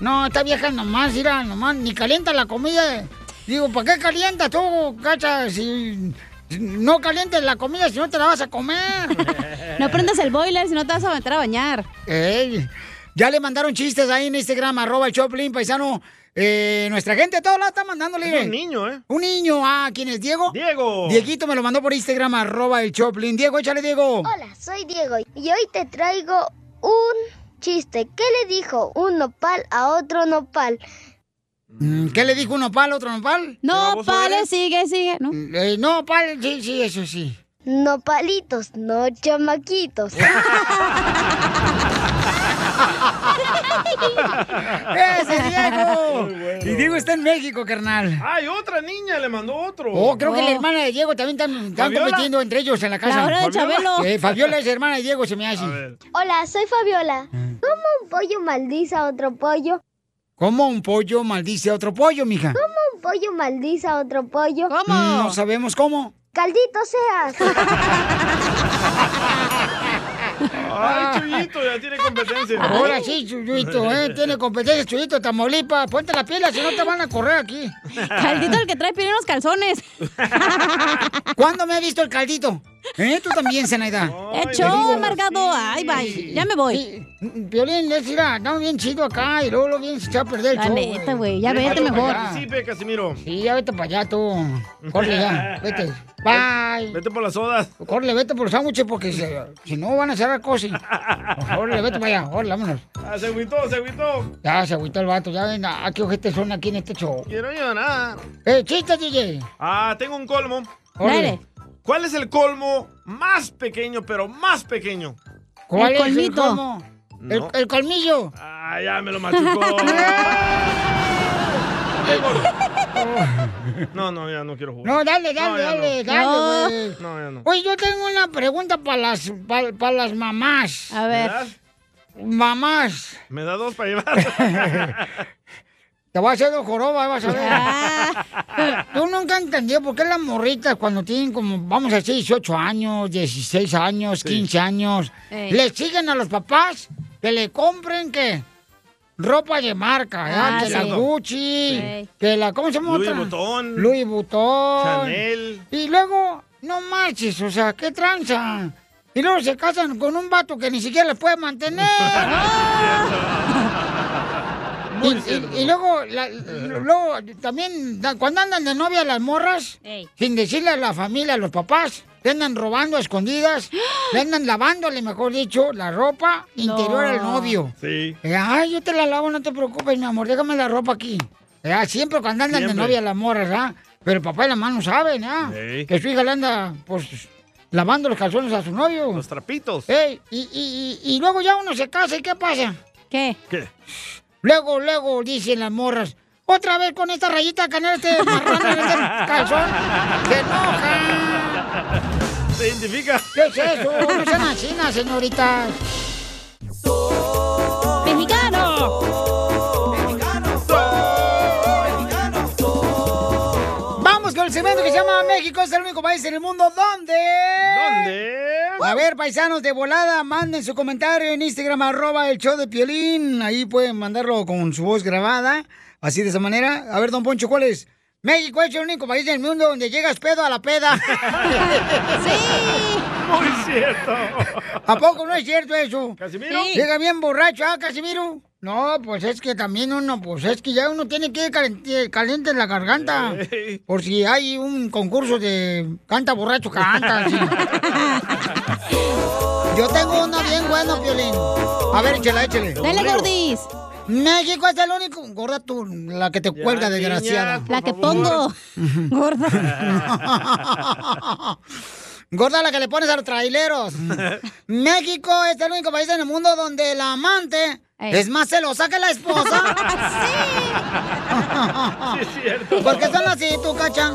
Speaker 2: No, esta vieja nomás, mira, nomás, ni calienta la comida. Digo, ¿para qué calientas tú, cacha? Si no calientes la comida, si no te la vas a comer.
Speaker 4: No prendas el boiler, si no te vas a meter a bañar.
Speaker 2: Ey, ya le mandaron chistes ahí en Instagram, arroba el Choplin, paisano. Eh, nuestra gente, todo la está mandándole.
Speaker 3: Es un niño, ¿eh?
Speaker 2: Un niño. Ah, ¿quién es Diego? Diego. Dieguito me lo mandó por Instagram, arroba el Choplin. Diego, échale, Diego.
Speaker 18: Hola, soy Diego y hoy te traigo un chiste. ¿Qué le dijo un nopal a otro nopal?
Speaker 2: Mm, ¿Qué le dijo un nopal, otro nopal?
Speaker 4: No, pales, sigue, sigue, ¿no?
Speaker 2: Eh, no, pal, sí, sí, eso sí.
Speaker 18: Nopalitos, no chamaquitos.
Speaker 2: ¡Ese Diego! Y Diego está en México, carnal.
Speaker 3: Ay, otra niña le mandó otro.
Speaker 2: Oh, creo que la hermana de Diego también están, están
Speaker 3: ¿Fabiola?
Speaker 2: compitiendo entre ellos en la casa.
Speaker 3: La hora de ¿Fabiola? Chabelo.
Speaker 2: Eh, Fabiola es hermana de Diego, se me hace.
Speaker 18: Hola, soy Fabiola. ¿Cómo un pollo maldice a otro pollo?
Speaker 2: ¿Cómo un pollo maldice a otro pollo, mija?
Speaker 18: ¿Cómo un pollo maldice a otro pollo?
Speaker 2: Mm, No sabemos cómo.
Speaker 18: Caldito seas.
Speaker 3: Ay, Chuyito, ya tiene competencia.
Speaker 2: Ah. Ahora sí, Chuyito, ¿eh? Tiene competencia, Chuyito, Tamaulipas. Ponte la pila, si no te van a correr aquí.
Speaker 4: Caldito el que trae pide los calzones.
Speaker 2: ¿Cuándo me ha visto el caldito? ¿Eh? Tú también, Zenaida.
Speaker 4: El show, amargado. Ay, bye. Ya me voy.
Speaker 2: Violín, es mira, estamos bien chido acá y luego lo bien se va a perder el
Speaker 4: La
Speaker 2: show.
Speaker 4: neta, güey, ya vete
Speaker 2: para
Speaker 4: mejor.
Speaker 2: allá.
Speaker 3: Participe, Casimiro.
Speaker 2: Sí, ya vete para allá tú. Corre ya, vete. Bye.
Speaker 3: Vete por las sodas.
Speaker 2: Corre, vete por los sándwiches porque se- si no van a cerrar cosas. Corre, vete para allá. Corre, vámonos.
Speaker 3: Ah, se agüitó, se agüitó.
Speaker 2: Ya se agüitó el vato. Ya ven a a qué ojetes son aquí en este show.
Speaker 3: Quiero llorar.
Speaker 2: Eh, chiste, DJ.
Speaker 3: Ah, tengo un colmo.
Speaker 2: Órale. Dale.
Speaker 3: ¿Cuál es el colmo más pequeño, pero más pequeño?
Speaker 2: ¿Cuál es el colmo? El,
Speaker 3: No.
Speaker 2: el colmillo.
Speaker 3: Ah, ya me lo machucó. no, no, ya no quiero jugar.
Speaker 2: No, dale, dale,
Speaker 3: No, ya
Speaker 2: dale,
Speaker 3: no.
Speaker 2: dale, güey.
Speaker 3: No, ya no.
Speaker 2: Oye, yo tengo una pregunta para las, pa- pa' las mamás.
Speaker 4: A ver.
Speaker 3: ¿Verdad?
Speaker 2: Mamás.
Speaker 3: Me da dos para llevar.
Speaker 2: Te voy a hacer dos jorobas, vas a ver. Yo nunca entendí por qué las morritas cuando tienen como, vamos a decir, 18 años, 16 años, 15 años,
Speaker 1: Ey.
Speaker 2: le siguen a los papás que le compren, ¿qué? Ropa de marca, ¿verdad?
Speaker 1: Ah,
Speaker 2: que la
Speaker 1: sí.
Speaker 2: Gucci,
Speaker 1: Sí.
Speaker 2: que la, ¿cómo se llama
Speaker 1: Louis
Speaker 2: otra?
Speaker 1: Vuitton.
Speaker 2: Louis Vuitton.
Speaker 1: Chanel.
Speaker 2: Y luego, no marches, o sea, qué tranza. Y luego se casan con un vato que ni siquiera les puede mantener. Y, y- y luego, la- luego también, da- cuando andan de novia las morras,
Speaker 1: Ey.
Speaker 2: sin decirle a la familia, a los papás, le andan robando a escondidas, le andan lavándole, mejor dicho, la ropa interior al novio.
Speaker 3: Sí.
Speaker 2: Eh, Ay, yo te la lavo, no te preocupes, mi amor, déjame la ropa aquí. Eh, ah, siempre cuando andan de
Speaker 1: Siempre.
Speaker 2: novia las morras, ¿ah? Pero el papá y la mano saben, ¿ah?
Speaker 1: Ey.
Speaker 2: Que su hija le anda, pues, lavando los calzones a su novio. Los
Speaker 3: trapitos.
Speaker 2: Ey, y, y- y- y luego ya uno se casa, ¿y qué pasa?
Speaker 4: ¿Qué?
Speaker 3: ¿Qué?
Speaker 2: Luego, luego, dicen las morras, otra vez con esta rayita que en este marrano, en este calzón, se enoja.
Speaker 3: Se identifica.
Speaker 2: ¿Qué es eso? No sean así, señorita.
Speaker 4: ¡Mexicano!
Speaker 2: Vamos con el segmento que se llama México es el único país en el mundo donde...
Speaker 3: ¿Dónde?
Speaker 2: A ver, paisanos de volada, manden su comentario en Instagram, arroba el show de Piolín. Ahí pueden mandarlo con su voz grabada, así de esa manera. A ver, don Poncho, ¿cuál es? México es el único país del mundo donde llegas pedo a la peda.
Speaker 1: ¡Sí!
Speaker 3: Muy cierto.
Speaker 2: ¿A poco no es cierto eso?
Speaker 3: ¿Casimiro? Sí.
Speaker 2: Llega bien borracho, ¿ah, Casimiro? No, pues es que también uno, pues es que ya uno tiene que ir caliente, caliente en la garganta. Por si hay un concurso de canta borracho, canta. así. Yo tengo uno bien bueno, Piolín. A ver, échale, échale.
Speaker 4: Dale, gordis.
Speaker 2: México es el único. Gorda tú, la que te cuelga,
Speaker 4: niña,
Speaker 2: desgraciada.
Speaker 4: por La que favor. pongo.
Speaker 2: Gorda. Gorda la que le pones a los traileros. México es el único país en el mundo donde la amante es más celosa que la esposa.
Speaker 1: Sí, es
Speaker 2: sí. ¿Por qué son así, tú, cacha?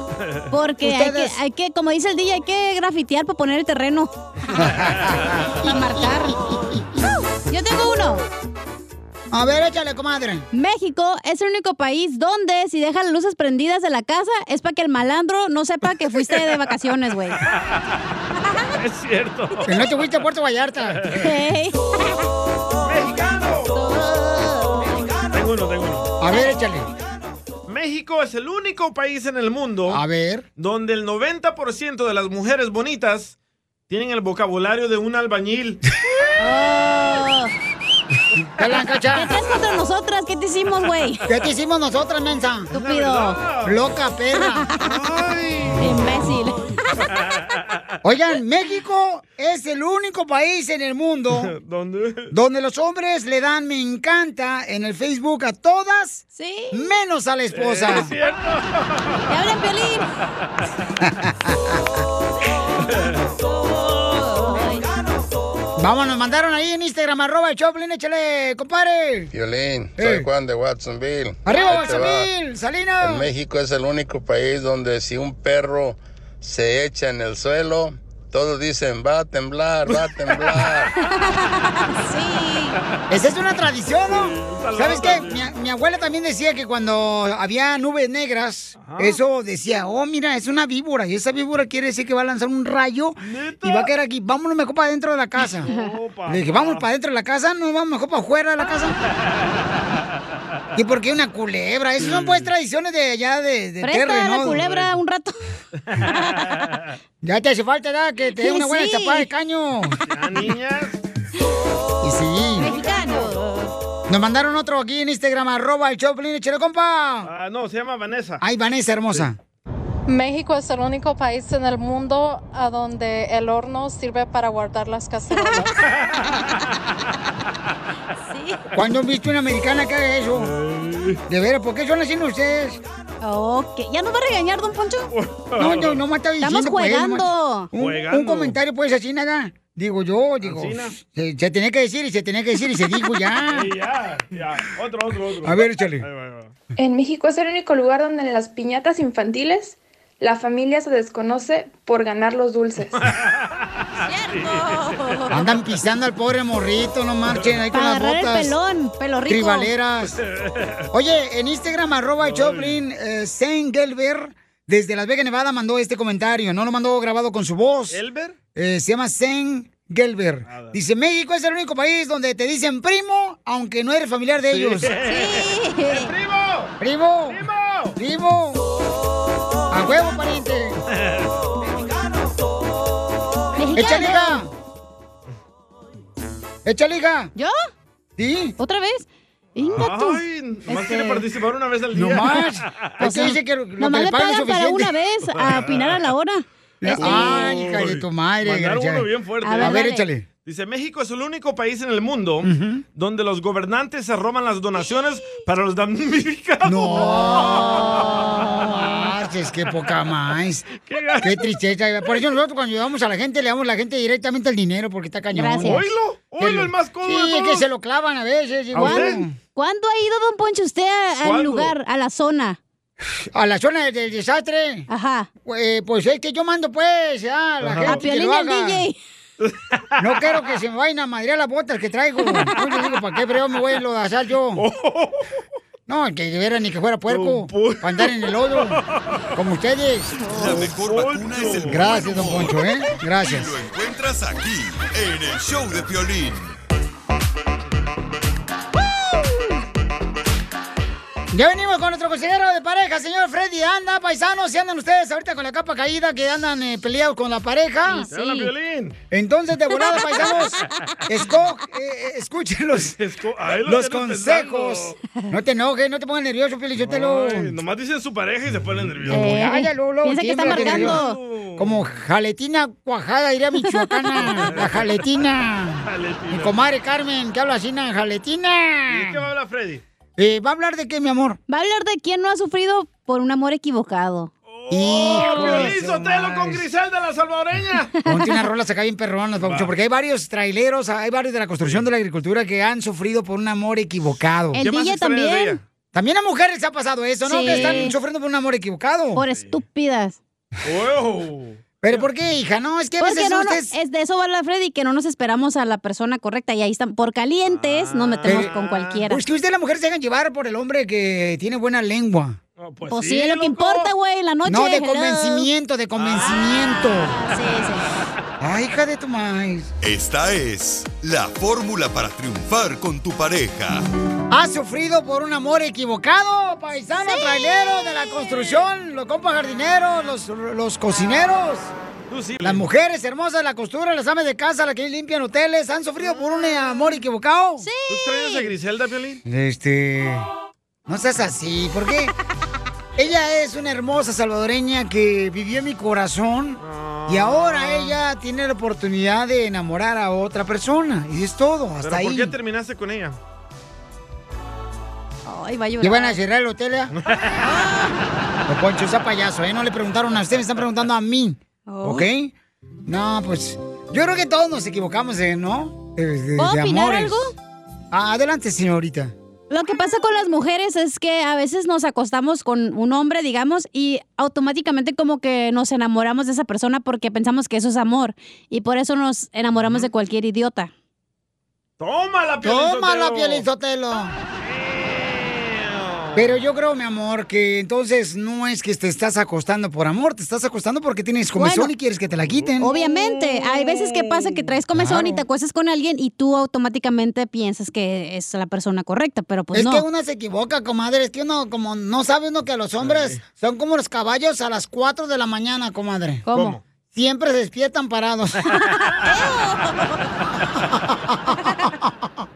Speaker 4: Porque hay que,
Speaker 2: Ustedes-
Speaker 4: hay que, como dice el DJ, hay que grafitear para poner el terreno. para marcar. Yo tengo uno.
Speaker 2: A ver, échale, comadre.
Speaker 4: México es el único país donde si dejan las luces prendidas de la casa es para que el malandro no sepa que fuiste de vacaciones, güey.
Speaker 3: Es cierto.
Speaker 2: Que no te fuiste a Puerto Vallarta.
Speaker 3: Tengo uno, tengo uno.
Speaker 2: A ver, échale.
Speaker 3: México es el único país en el mundo
Speaker 2: A ver.
Speaker 3: donde el 90% de las mujeres bonitas tienen el vocabulario de un albañil.
Speaker 2: Ah.
Speaker 4: ¿Qué traes contra nosotras? ¿Qué te hicimos, güey?
Speaker 2: ¿Qué te hicimos nosotras, mensa?
Speaker 4: Estúpido.
Speaker 2: Loca perra.
Speaker 4: Imbécil.
Speaker 2: Oigan, México es el único país en el mundo
Speaker 3: ¿Dónde?
Speaker 2: donde los hombres le dan me encanta en el Facebook a todas, menos a la esposa.
Speaker 8: Eh,
Speaker 3: Es cierto.
Speaker 4: ¡Te hablan, Piolín!
Speaker 2: Vamos, nos mandaron ahí en Instagram, arroba el Choplin, échale, compadre.
Speaker 19: Violín, soy
Speaker 2: Eh.
Speaker 19: Juan de Watsonville.
Speaker 2: Arriba,
Speaker 19: Ahí te va.
Speaker 2: Guasamil, Salinas.
Speaker 19: En México es el único país donde si un perro se echa en el suelo, todos dicen va a temblar, va a temblar.
Speaker 2: Esa es una tradición, ¿no? ¿Sabes qué? Mi, mi abuela también decía que cuando había nubes negras, eso decía, oh, mira, es una víbora. Y esa víbora quiere decir que va a lanzar un rayo y va a caer aquí. Vámonos mejor para adentro de la casa. Le dije, vamos para adentro de la casa, no vamos mejor para afuera de la casa. ¿Y por qué una culebra? Esas son pues tradiciones de allá de, de
Speaker 4: Presta
Speaker 2: Terre,
Speaker 4: la
Speaker 2: ¿no?
Speaker 4: culebra un rato.
Speaker 2: Ya te hace falta, ¿verdad? Que te dé una buena
Speaker 4: Sí.
Speaker 2: chapada de caño.
Speaker 3: niñas.
Speaker 2: Y sí.
Speaker 4: Mexicanos.
Speaker 2: Nos mandaron otro aquí en Instagram, arroba el Choplin, échale, compa.
Speaker 3: Ah, no, se llama Vanessa.
Speaker 2: Ay, Vanessa, hermosa.
Speaker 20: México es el único país en el mundo a donde el horno sirve para guardar las cacerolas.
Speaker 2: ¿Cuándo han visto una americana que haga eso? De veras, ¿por qué son así ustedes?
Speaker 4: Ok, ¿ya nos va a regañar, don Poncho?
Speaker 2: No, no, no me está diciendo.
Speaker 4: Estamos
Speaker 2: pues,
Speaker 4: jugando.
Speaker 2: nomás. un, un comentario, pues, así nada. Digo yo, digo.
Speaker 3: Asina.
Speaker 2: Se, se tenía que decir y se tenía que decir y se dijo ya.
Speaker 3: Sí, ya, ya. Otro, otro, otro.
Speaker 2: A ver, échale.
Speaker 3: Ahí va, ahí va.
Speaker 21: En México es el único lugar donde en las piñatas infantiles la familia se desconoce por ganar los dulces.
Speaker 2: Andan pisando al pobre morrito, no marchen ahí con
Speaker 4: Para
Speaker 2: las
Speaker 4: agarrar
Speaker 2: botas.
Speaker 4: el pelón, pelo rico.
Speaker 2: Tribaleras. Oye, en Instagram, arroba el Choplin, eh, Zen Gelber, desde Las Vegas, Nevada, mandó este comentario. No lo mandó grabado con su voz.
Speaker 3: ¿Gelber?
Speaker 2: Eh, se llama Zen Gelber.
Speaker 3: Ah,
Speaker 2: Dice, México es el único país donde te dicen primo, aunque no eres familiar de ellos.
Speaker 3: ¡El primo!
Speaker 2: Primo.
Speaker 3: ¡Primo!
Speaker 2: Primo. A huevo, pariente. Échale, hija. Échale, hija.
Speaker 4: ¿Yo?
Speaker 2: ¿Sí?
Speaker 4: ¿Otra vez? Inga tú.
Speaker 3: Ay, nomás
Speaker 4: Este-
Speaker 3: quiere participar una vez al día.
Speaker 2: Nomás.
Speaker 4: O sea, nomás le pagan para una vez a
Speaker 2: Ah.
Speaker 4: opinar a la hora.
Speaker 2: Ya-
Speaker 4: Este-
Speaker 2: Ay, hija de tu madre.
Speaker 3: Mandaron
Speaker 2: desgraciada.
Speaker 3: uno bien fuerte.
Speaker 2: A ver, échale.
Speaker 3: Dice, México es el único país en el mundo donde los gobernantes se roban las donaciones para los damnificados.
Speaker 2: No. Marches, qué poca más. Qué, tristeza. Por eso nosotros cuando ayudamos a la gente, le damos a la gente directamente el dinero porque está cañón.
Speaker 4: Gracias. Oílo,
Speaker 2: Que
Speaker 4: oílo,
Speaker 2: lo-
Speaker 4: el más codo de
Speaker 2: Sí, es que
Speaker 4: todos.
Speaker 2: se lo clavan a veces.
Speaker 4: ¿Cuán-
Speaker 2: Igual.
Speaker 4: ¿Cuándo, ha ido, don Poncho, usted a- al
Speaker 2: ¿Cuándo?
Speaker 4: lugar, a la zona?
Speaker 2: A la zona del, del desastre.
Speaker 4: Ajá.
Speaker 2: pues es que yo mando, pues, ya, a la
Speaker 4: Ajá.
Speaker 2: gente.
Speaker 4: A
Speaker 2: que
Speaker 4: Piolín
Speaker 2: lo
Speaker 4: y al
Speaker 2: haga.
Speaker 4: DJ.
Speaker 2: No quiero que se me vayan a madrear las botas que traigo. Entonces digo, ¿para qué frío me voy a lodazar yo?
Speaker 4: Oh.
Speaker 2: No, que de veras ni que fuera puerco. Para andar en el lodo. Como ustedes.
Speaker 7: La mejor vacuna es el
Speaker 2: Gracias,
Speaker 7: buen
Speaker 2: don
Speaker 7: humor.
Speaker 2: Poncho, ¿eh? Gracias.
Speaker 7: Y lo encuentras aquí, en el show de Piolín.
Speaker 2: Ya venimos con nuestro consejero de pareja, señor Freddy. Anda, paisanos, si andan ustedes ahorita con la capa caída, que andan eh, peleados con la pareja.
Speaker 3: Sí, sí. Te habla Piolín.
Speaker 2: Entonces, de volada, paisanos, esco- eh, eh, escuchen los,
Speaker 3: ahí lo
Speaker 2: los
Speaker 3: tienen
Speaker 2: consejos. No te enojes, no te pongas nervioso, Piolín, yo te lo... Eh,
Speaker 3: Ay, nomás dicen su pareja y se ponen
Speaker 4: Eh,
Speaker 3: nerviosos.
Speaker 2: Ay, ya, luego, luego, tiembla, que
Speaker 3: nervioso.
Speaker 2: nervioso. Como jaletina cuajada, diría michoacana, la jaletina. Mi comadre Carmen, que habla así, na, jaletina.
Speaker 3: ¿Y de qué va a hablar Freddy?
Speaker 2: Eh, ¿Va a hablar de qué, mi amor?
Speaker 4: Va a hablar de quién no ha sufrido por un amor equivocado.
Speaker 3: ¡Oh,
Speaker 2: Hijo de
Speaker 3: Piolín
Speaker 2: su
Speaker 3: Sotelo con Griselda, la salvadoreña!
Speaker 2: Ponte unas rolas acá bien perronas, Pabucho, porque hay varios traileros, hay varios de la construcción de la agricultura que han sufrido por un amor equivocado.
Speaker 4: El ¿Qué más DJ extrañas de también. ella?
Speaker 2: También a mujeres ha pasado eso, ¿no?
Speaker 4: Sí.
Speaker 2: Que están sufriendo por un amor equivocado.
Speaker 4: Por estúpidas.
Speaker 2: ¿Pero por qué, hija? No, es que a
Speaker 4: Porque
Speaker 2: veces
Speaker 4: Pues no, no,
Speaker 2: ustedes...
Speaker 4: es de eso va la Freddy, que no nos esperamos a la persona correcta y ahí están. Por calientes nos metemos
Speaker 2: Eh,
Speaker 4: con cualquiera.
Speaker 2: Pues que ustedes las mujeres se dejan llevar por el hombre que tiene buena lengua.
Speaker 4: Pues, sí, es lo que importa, güey, en la noche.
Speaker 2: No, de
Speaker 4: hello.
Speaker 2: convencimiento, de convencimiento.
Speaker 4: Sí, sí.
Speaker 2: Ay, hija de tu maíz.
Speaker 7: Esta es la fórmula para triunfar con tu pareja.
Speaker 2: ¿Has sufrido por un amor equivocado, paisano,
Speaker 1: Sí.
Speaker 2: trailero de la construcción, los compas jardineros, los, los cocineros? Las mujeres hermosas, la costura, las amas de casa, las que limpian hoteles, ¿han sufrido por un eh, amor equivocado? Sí.
Speaker 3: ¿Tú extrañas a Griselda, Piolín?
Speaker 2: Este. No seas así, ¿por qué? ella es una hermosa salvadoreña que vivió en mi corazón y ahora ella tiene la oportunidad de enamorar a otra persona. Y es todo, hasta
Speaker 3: ¿Pero
Speaker 2: ahí.
Speaker 3: por qué terminaste con ella?
Speaker 4: Ay, va a llorar.
Speaker 2: ¿Y van a cerrar el hotel ya? Don Poncho, sea payaso, ¿eh? No le preguntaron a usted, me están preguntando a mí.
Speaker 4: Oh.
Speaker 2: ¿Ok? No, pues. Yo creo que todos nos equivocamos, ¿eh? ¿No? De, de-
Speaker 4: ¿Puedo
Speaker 2: de
Speaker 4: opinar
Speaker 2: amores.
Speaker 4: algo?
Speaker 2: Ah, adelante, señorita.
Speaker 4: Lo que pasa con las mujeres es que a veces nos acostamos con un hombre, digamos, y automáticamente como que nos enamoramos de esa persona porque pensamos que eso es amor y por eso nos enamoramos de cualquier idiota.
Speaker 3: ¡Tómala, Piolín!
Speaker 2: Tómala,
Speaker 3: Sotelo!
Speaker 2: Piolín Sotelo. Pero yo creo, mi amor, que entonces no es que te estás acostando por amor, te estás acostando porque tienes comezón
Speaker 4: Bueno.
Speaker 2: y quieres que te la quiten.
Speaker 4: Obviamente, hay veces que pasa que traes comezón
Speaker 2: Claro.
Speaker 4: y te acuestas con alguien y tú automáticamente piensas que es la persona correcta, pero pues
Speaker 2: es
Speaker 4: no.
Speaker 2: que una se equivoca, comadre. Es que uno, como no sabe uno que los hombres son como los caballos a las 4 de la mañana, comadre.
Speaker 4: ¿Cómo? ¿Cómo?
Speaker 2: Siempre se despiertan parados.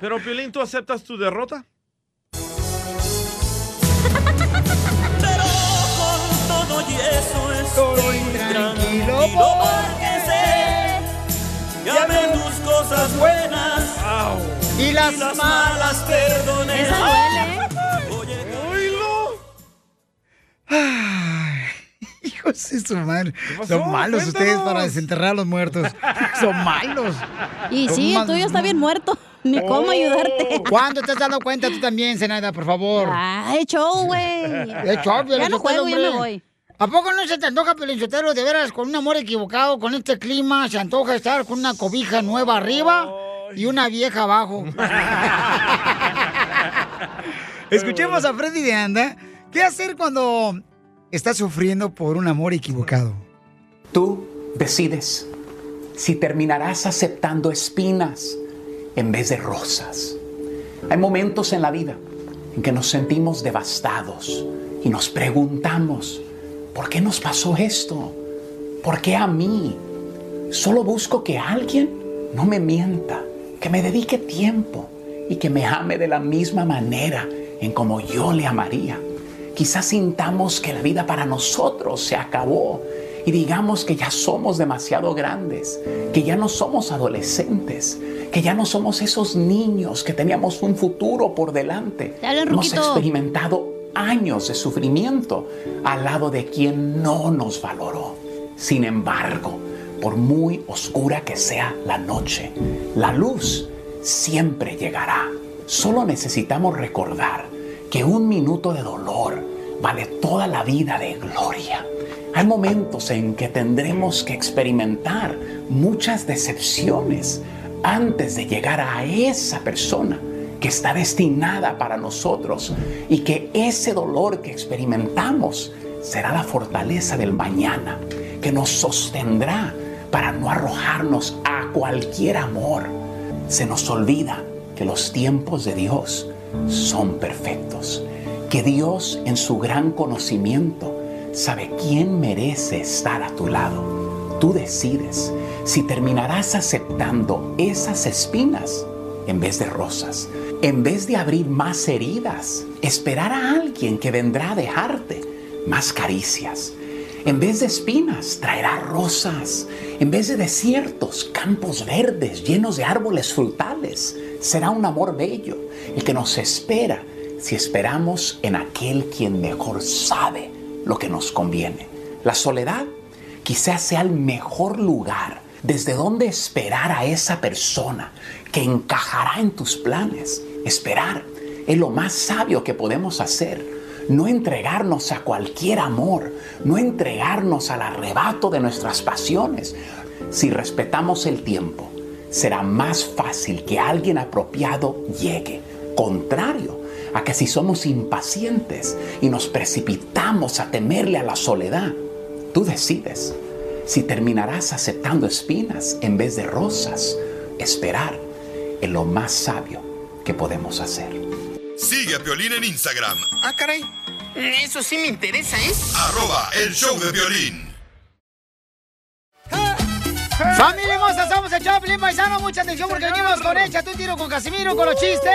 Speaker 3: Pero, Piolín, ¿tú aceptas tu derrota?
Speaker 8: todo y eso
Speaker 2: estoy tranquilo
Speaker 8: porque sé que amé tus cosas buenas
Speaker 2: y las,
Speaker 8: malas perdoné.
Speaker 4: Esa ¿eh?
Speaker 8: Oye,
Speaker 2: Hijos de su madre.
Speaker 1: pasó?
Speaker 2: Son malos ustedes
Speaker 1: Cuéntanos.
Speaker 2: para desenterrar a los muertos. Son malos.
Speaker 4: Y
Speaker 2: Son
Speaker 4: sí, el
Speaker 2: mal-
Speaker 4: tuyo está bien muerto. Ni cómo ayudarte.
Speaker 2: ¿Cuándo te has dado cuenta tú también, Zenaida, por favor?
Speaker 4: Ah, show, güey.
Speaker 2: Es show, Piolín
Speaker 4: Ya no
Speaker 2: Sotelo,
Speaker 4: juego, ya
Speaker 2: hombre.
Speaker 4: me voy.
Speaker 2: ¿A poco no se te antoja, Pelinchotero, de veras, con un amor equivocado, con este clima, se antoja estar con una cobija nueva arriba y una vieja abajo? Escuchemos a Freddy de Anda. ¿Qué hacer cuando estás sufriendo por un amor equivocado?
Speaker 22: Tú decides si terminarás aceptando espinas en vez de rosas. Hay momentos en la vida en que nos sentimos devastados y nos preguntamos, ¿por qué nos pasó esto? ¿Por qué a mí? Solo busco que alguien no me mienta, que me dedique tiempo y que me ame de la misma manera en como yo le amaría. Quizás sintamos que la vida para nosotros se acabó y digamos que ya somos demasiado grandes, que ya no somos adolescentes, que ya no somos esos niños que teníamos un futuro por delante.
Speaker 4: Dale,
Speaker 22: Hemos
Speaker 4: Ruquito.
Speaker 22: experimentado años de sufrimiento al lado de quien no nos valoró. Sin embargo, por muy oscura que sea la noche, la luz siempre llegará. Solo necesitamos recordar que un minuto de dolor vale toda la vida de gloria. Hay momentos en que tendremos que experimentar muchas decepciones antes de llegar a esa persona que está destinada para nosotros y que ese dolor que experimentamos será la fortaleza del mañana que nos sostendrá para no arrojarnos a cualquier amor. Se nos olvida que los tiempos de Dios son perfectos, que Dios en su gran conocimiento sabe quién merece estar a tu lado. Tú decides si terminarás aceptando esas espinas en vez de rosas, en vez de abrir más heridas, esperar a alguien que vendrá a dejarte más caricias. En vez de espinas, traerá rosas. En vez de desiertos, campos verdes llenos de árboles frutales. Será un amor bello, el que nos espera si esperamos en aquel quien mejor sabe lo que nos conviene. La soledad quizás sea el mejor lugar desde donde esperar a esa persona que encajará en tus planes. Esperar es lo más sabio que podemos hacer. No entregarnos a cualquier amor, no entregarnos al arrebato de nuestras pasiones. Si respetamos el tiempo, será más fácil que alguien apropiado llegue. Contrario a que si somos impacientes y nos precipitamos a temerle a la soledad, tú decides si terminarás aceptando espinas en vez de rosas. Esperar es lo más sabio que podemos hacer.
Speaker 7: Sigue a Piolín en Instagram,
Speaker 6: Ah, caray. Eso sí me interesa, ¿eh? ¿es?
Speaker 7: arroba el show de violín.
Speaker 2: ¡Familia hermosa! ¡Somos el Choplin Paisano! ¡Mucha atención porque venimos con Echa tu tiro con Casimiro con los chistes!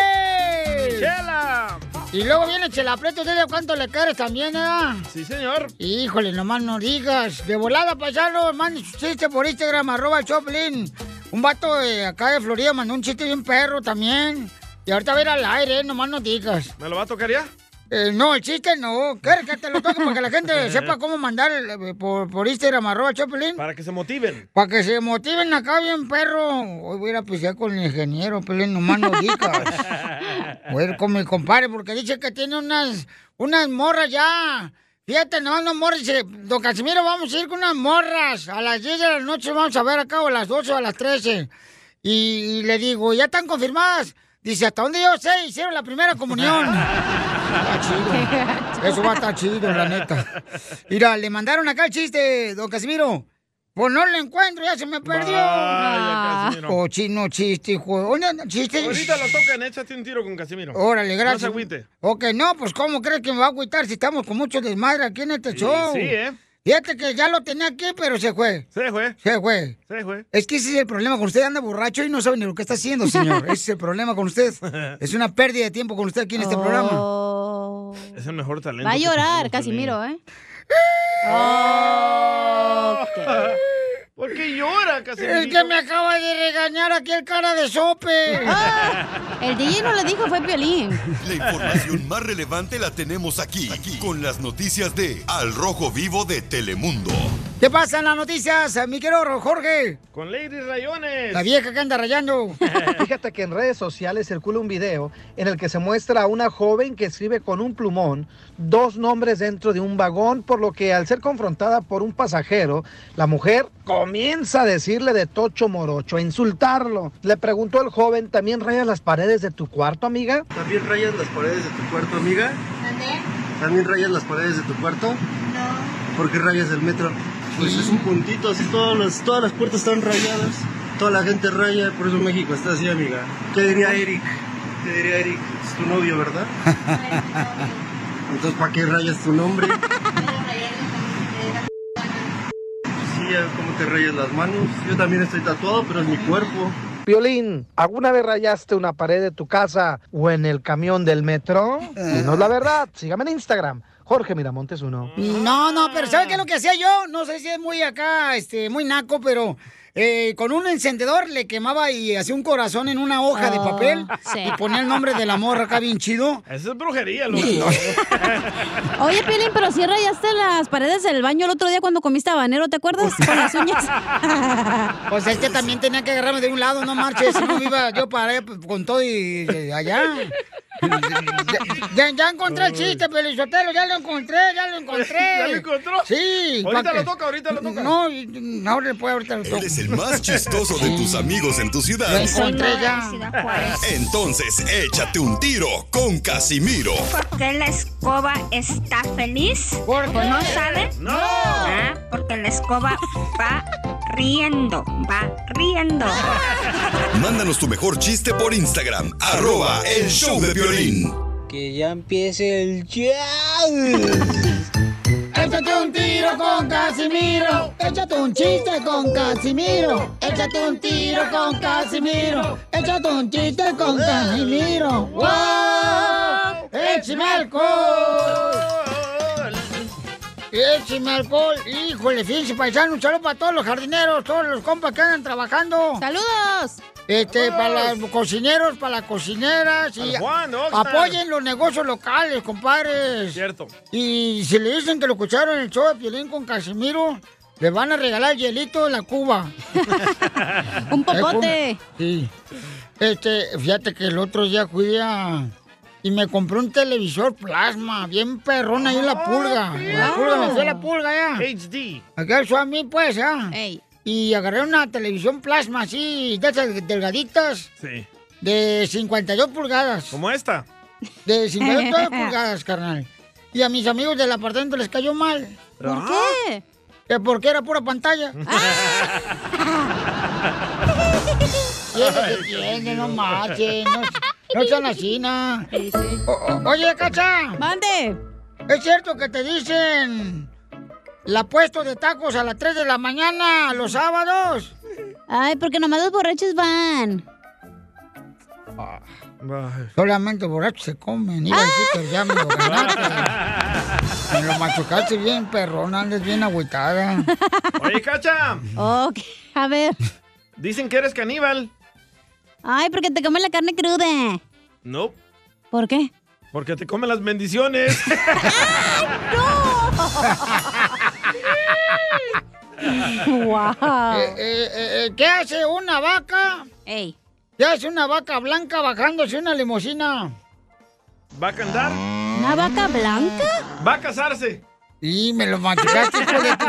Speaker 3: ¡Chela!
Speaker 2: Y luego viene Chela Prieto, dile cuánto le quieres también, ¿eh?
Speaker 3: Sí, señor.
Speaker 2: Híjole, nomás no digas. De volada, paisano, manden sus chistes por Instagram, arroba el Choplin. Un vato de acá de Florida mandó un chiste de un perro también. Y ahorita va a ir al aire, ¿eh? nomás no digas.
Speaker 3: ¿Me lo va a tocar ya?
Speaker 2: Eh, no, el chiste no. ¿Quieres que te lo toque para que la gente sepa cómo mandar eh, por, por Instagram, arroba el Choplin?
Speaker 3: Para que se motiven.
Speaker 2: Para que se motiven acá bien, perro. Hoy voy a ir a pisear con el ingeniero, pelín, nomás no digas. Voy a ir con mi compadre, porque dice que tiene unas, unas morras ya. Fíjate, no, no morras. Dice, don Casimiro, vamos a ir con unas morras. A las 10 de la noche vamos a ver acá, o a las 12 o a las 13. Y, y le digo, ¿ya están confirmadas? Dice, ¿hasta dónde yo sé? Hicieron la primera comunión. Está chido. Eso va a estar chido, la neta. Mira, le mandaron acá el chiste, don Casimiro. Pues no lo encuentro, ya se me perdió.
Speaker 3: Vaya, Casimiro.
Speaker 2: Cochino chiste, hijo. ¿Dónde anda el chiste?
Speaker 3: Ahorita lo tocan, échate un tiro con Casimiro.
Speaker 2: Órale, gracias.
Speaker 3: No se agüite.
Speaker 2: Ok, no, pues ¿cómo crees que me va a agüitar si estamos con mucho desmadre aquí en este
Speaker 3: Sí,
Speaker 2: show?
Speaker 3: sí, ¿eh?
Speaker 2: Fíjate que ya lo tenía aquí, pero se fue.
Speaker 3: Se fue.
Speaker 2: Se fue.
Speaker 3: Sí, güey.
Speaker 2: Es que ese es el problema con usted, anda borracho y no sabe ni lo que está haciendo, señor. Ese es el problema con usted. Es una pérdida de tiempo con usted aquí en este programa.
Speaker 3: Es el mejor talento.
Speaker 4: Oh. Va a
Speaker 3: que
Speaker 4: llorar,
Speaker 3: tenemos, Piolín.
Speaker 4: Casimiro, ¿eh?
Speaker 3: ¿Por qué llora, Casimiro?
Speaker 2: Ah. Es que me acaba de regañar aquí el cara de sope.
Speaker 4: Ah. El DJ no lo dijo, fue Piolín.
Speaker 7: La información más relevante la tenemos aquí, aquí, con las noticias de Al Rojo Vivo de Telemundo.
Speaker 2: ¿Qué pasa en las noticias, mi querido Jorge?
Speaker 3: Con Lady Rayones.
Speaker 2: La vieja que anda rayando.
Speaker 5: Fíjate que en redes sociales circula un video en el que se muestra a una joven que escribe con un plumón dos nombres dentro de un vagón, por lo que al ser confrontada por un pasajero, la mujer comienza a decirle de tocho morocho, a insultarlo. Le preguntó el joven, ¿también rayas las paredes de tu cuarto, amiga?
Speaker 23: ¿También rayas las paredes de tu cuarto, amiga? ¿También rayas las paredes de tu cuarto? No. ¿Por qué rayas el metro? Pues es un puntito, así todas las, todas las puertas están rayadas. Toda la gente raya, por eso México está así, amiga. ¿Qué diría Eric? ¿Qué diría Eric? Es tu novio, ¿verdad? Entonces, ¿para qué rayas tu nombre? Sí, ya como te rayas las manos. Yo también estoy tatuado, pero es mi cuerpo.
Speaker 5: Violín, ¿alguna vez rayaste una pared de tu casa o en el camión del metro? Si no es la verdad, sígame en Instagram, Jorge Miramontes uno.
Speaker 2: No, no, pero ¿sabes qué es lo que hacía yo? No sé si es muy acá, este, muy naco, pero eh, con un encendedor le quemaba y hacía un corazón en una hoja de
Speaker 3: Oh,
Speaker 2: papel
Speaker 3: sí.
Speaker 2: y ponía el nombre de la morra acá bien chido.
Speaker 3: Eso es brujería, loco.
Speaker 4: Oye, Piolín, pero si rayaste las paredes del baño el otro día cuando comiste habanero, ¿te acuerdas? Con las uñas.
Speaker 2: Pues es que también tenía que agarrarme de un lado, no marches, si no me iba yo para allá con todo y eh, allá. Ya, ya encontré el chiste, Pelizotelo, ya lo encontré, ya lo encontré.
Speaker 3: ¿Ya lo encontró?
Speaker 2: Sí.
Speaker 3: Ahorita
Speaker 2: pa' que-
Speaker 3: lo toca, ahorita lo toca.
Speaker 2: No, y- no, le puedo ahorita lo toco.
Speaker 7: Él es el más chistoso de tus amigos en tu
Speaker 2: Lo
Speaker 7: ciudad.
Speaker 2: encontré ya.
Speaker 7: Entonces, échate un tiro con Casimiro.
Speaker 24: ¿Por qué la escoba está feliz? ¿Por ¿No sabe? No. Ah, porque la escoba va riendo, va riendo.
Speaker 7: Mándanos tu mejor chiste por Instagram, arroba el show de violín.
Speaker 25: Que ya empiece el ya.
Speaker 2: Échate un tiro con Casimiro. Échate un chiste con Casimiro. Échate un tiro con Casimiro. Échate un chiste con Casimiro. ¡Wow! ¡Échame alcohol! ¡Échame alcohol! Híjole, fíjense, paisano, un saludo para todos los jardineros, todos los compas que andan trabajando. ¡Saludos! Este, para los cocineros, para las cocineras.
Speaker 3: Al
Speaker 2: y
Speaker 3: Juan, ¿no? Que
Speaker 2: apoyen los negocios locales, compadres.
Speaker 3: Cierto.
Speaker 2: Y si le dicen que lo escucharon en el show de Piolín con Casimiro, le van a regalar hielito en la cuba.
Speaker 4: Un popote.
Speaker 2: Eh, Sí. Este, fíjate que el otro día fui a... Y me compré un televisor plasma, bien perrón ahí en
Speaker 3: Ah,
Speaker 2: la pulga. En la pulga, me fui a la pulga ya.
Speaker 3: HD.
Speaker 2: Acá eso a mí, pues, ¿ah? Y agarré una televisión plasma así, de esas delgaditas,
Speaker 3: Sí.
Speaker 2: de 52 pulgadas.
Speaker 3: ¿Como esta?
Speaker 2: De 52 pulgadas, carnal. Y a mis amigos del apartamento les cayó mal.
Speaker 3: ¿Por Ah.
Speaker 2: qué? Que porque era pura pantalla. Y es lo que tiene, no marchen, no, no sean así, na. O- o- Oye, Cacha.
Speaker 4: Mande.
Speaker 2: ¿Es cierto que te dicen la puesto de tacos a las 3 de la mañana los sábados?
Speaker 4: Ay, porque nomás los borrachos van.
Speaker 2: Solamente borrachos se comen.
Speaker 4: Ah.
Speaker 2: Iba a decir que ya me lo ganaste. Me lo machucaste bien, perrón. Andes bien agüitada.
Speaker 3: Oye, Cacha.
Speaker 4: Ok, a ver.
Speaker 3: Dicen que eres caníbal.
Speaker 4: Ay, porque te comes la carne cruda.
Speaker 3: No.
Speaker 4: ¿Por qué?
Speaker 3: Porque te comen las bendiciones.
Speaker 2: Eh, eh, eh, eh, ¿Qué hace una vaca?
Speaker 4: Ey.
Speaker 2: ¿Qué hace una vaca blanca bajándose una limusina?
Speaker 3: ¿Va a cantar?
Speaker 4: ¿Una vaca blanca?
Speaker 3: ¿Va a casarse?
Speaker 2: Y me lo machucaste, hijo de tu-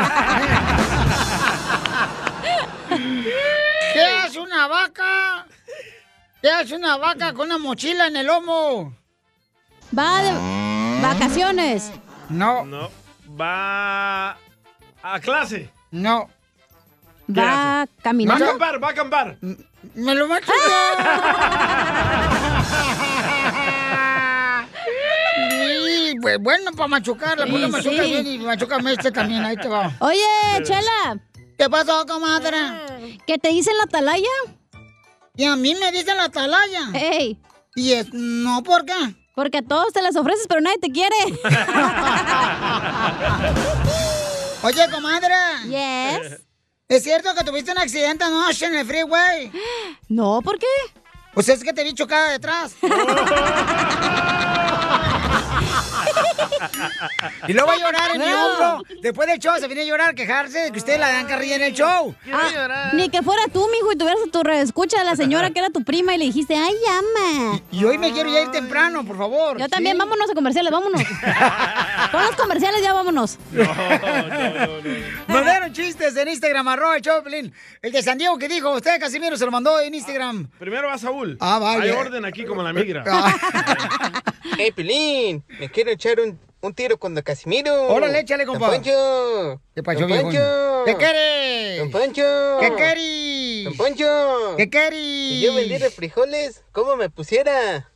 Speaker 2: ¿Qué hace una vaca? ¿Qué hace una vaca con una mochila en el lomo?
Speaker 4: Va de
Speaker 2: Ah.
Speaker 4: vacaciones.
Speaker 2: No.
Speaker 3: No. Va a clase.
Speaker 2: No.
Speaker 3: ¿Qué
Speaker 4: Va
Speaker 3: hace? Va
Speaker 4: caminando.
Speaker 3: a acampar, va a acampar.
Speaker 2: Me lo Sí, pues bueno, para machucarla, pues porque
Speaker 4: Sí,
Speaker 2: machuca
Speaker 4: sí.
Speaker 2: bien y machúcame este también, ahí te va.
Speaker 4: Oye, Chela.
Speaker 2: ¿Qué pasó, comadre?
Speaker 4: ¿Qué te dicen la atalaya?
Speaker 2: Y a mí me dicen la atalaya.
Speaker 4: Ey.
Speaker 2: ¿Y es, no por qué?
Speaker 4: Porque a todos te las ofreces, pero nadie te quiere.
Speaker 2: Oye, comadre.
Speaker 4: Yes.
Speaker 2: ¿Es cierto que tuviste un accidente anoche en el freeway?
Speaker 4: No, ¿por qué?
Speaker 2: Pues es que te vi chocada detrás. Y luego va a llorar en mi
Speaker 4: No.
Speaker 2: hombro. Después del show se viene a llorar, quejarse de que ustedes la dan carrilla en el show.
Speaker 4: Ah, ni que fuera tú, mijo, y tuvieras a tu reescucha a la señora que era tu prima y le dijiste, ay, llama.
Speaker 2: Y hoy me quiero ya ir temprano, por favor.
Speaker 4: Yo también, vámonos a comerciales, vámonos. Con los comerciales ya vámonos.
Speaker 3: Oh,
Speaker 2: Mandaron chistes en Instagram, arroba el Choplin. El de San Diego que dijo, usted Casimiro se lo mandó en Instagram.
Speaker 3: Primero va Saúl.
Speaker 2: Ah, vaya. Ah.
Speaker 3: Hay orden aquí como la migra.
Speaker 5: Hey, Pilín, me quiero echar un, un tiro con Don Casimiro.
Speaker 2: Órale, échale, compa. Pues
Speaker 5: Don Poncho.
Speaker 2: ¿Qué pasó,
Speaker 5: Don
Speaker 2: viejón?
Speaker 5: Poncho.
Speaker 2: ¿Qué quieres?
Speaker 5: Don Poncho.
Speaker 2: ¿Qué quieres?
Speaker 5: Don Poncho.
Speaker 2: ¿Qué quieres?
Speaker 5: Si yo vendiera frijoles, ¿cómo me pusiera?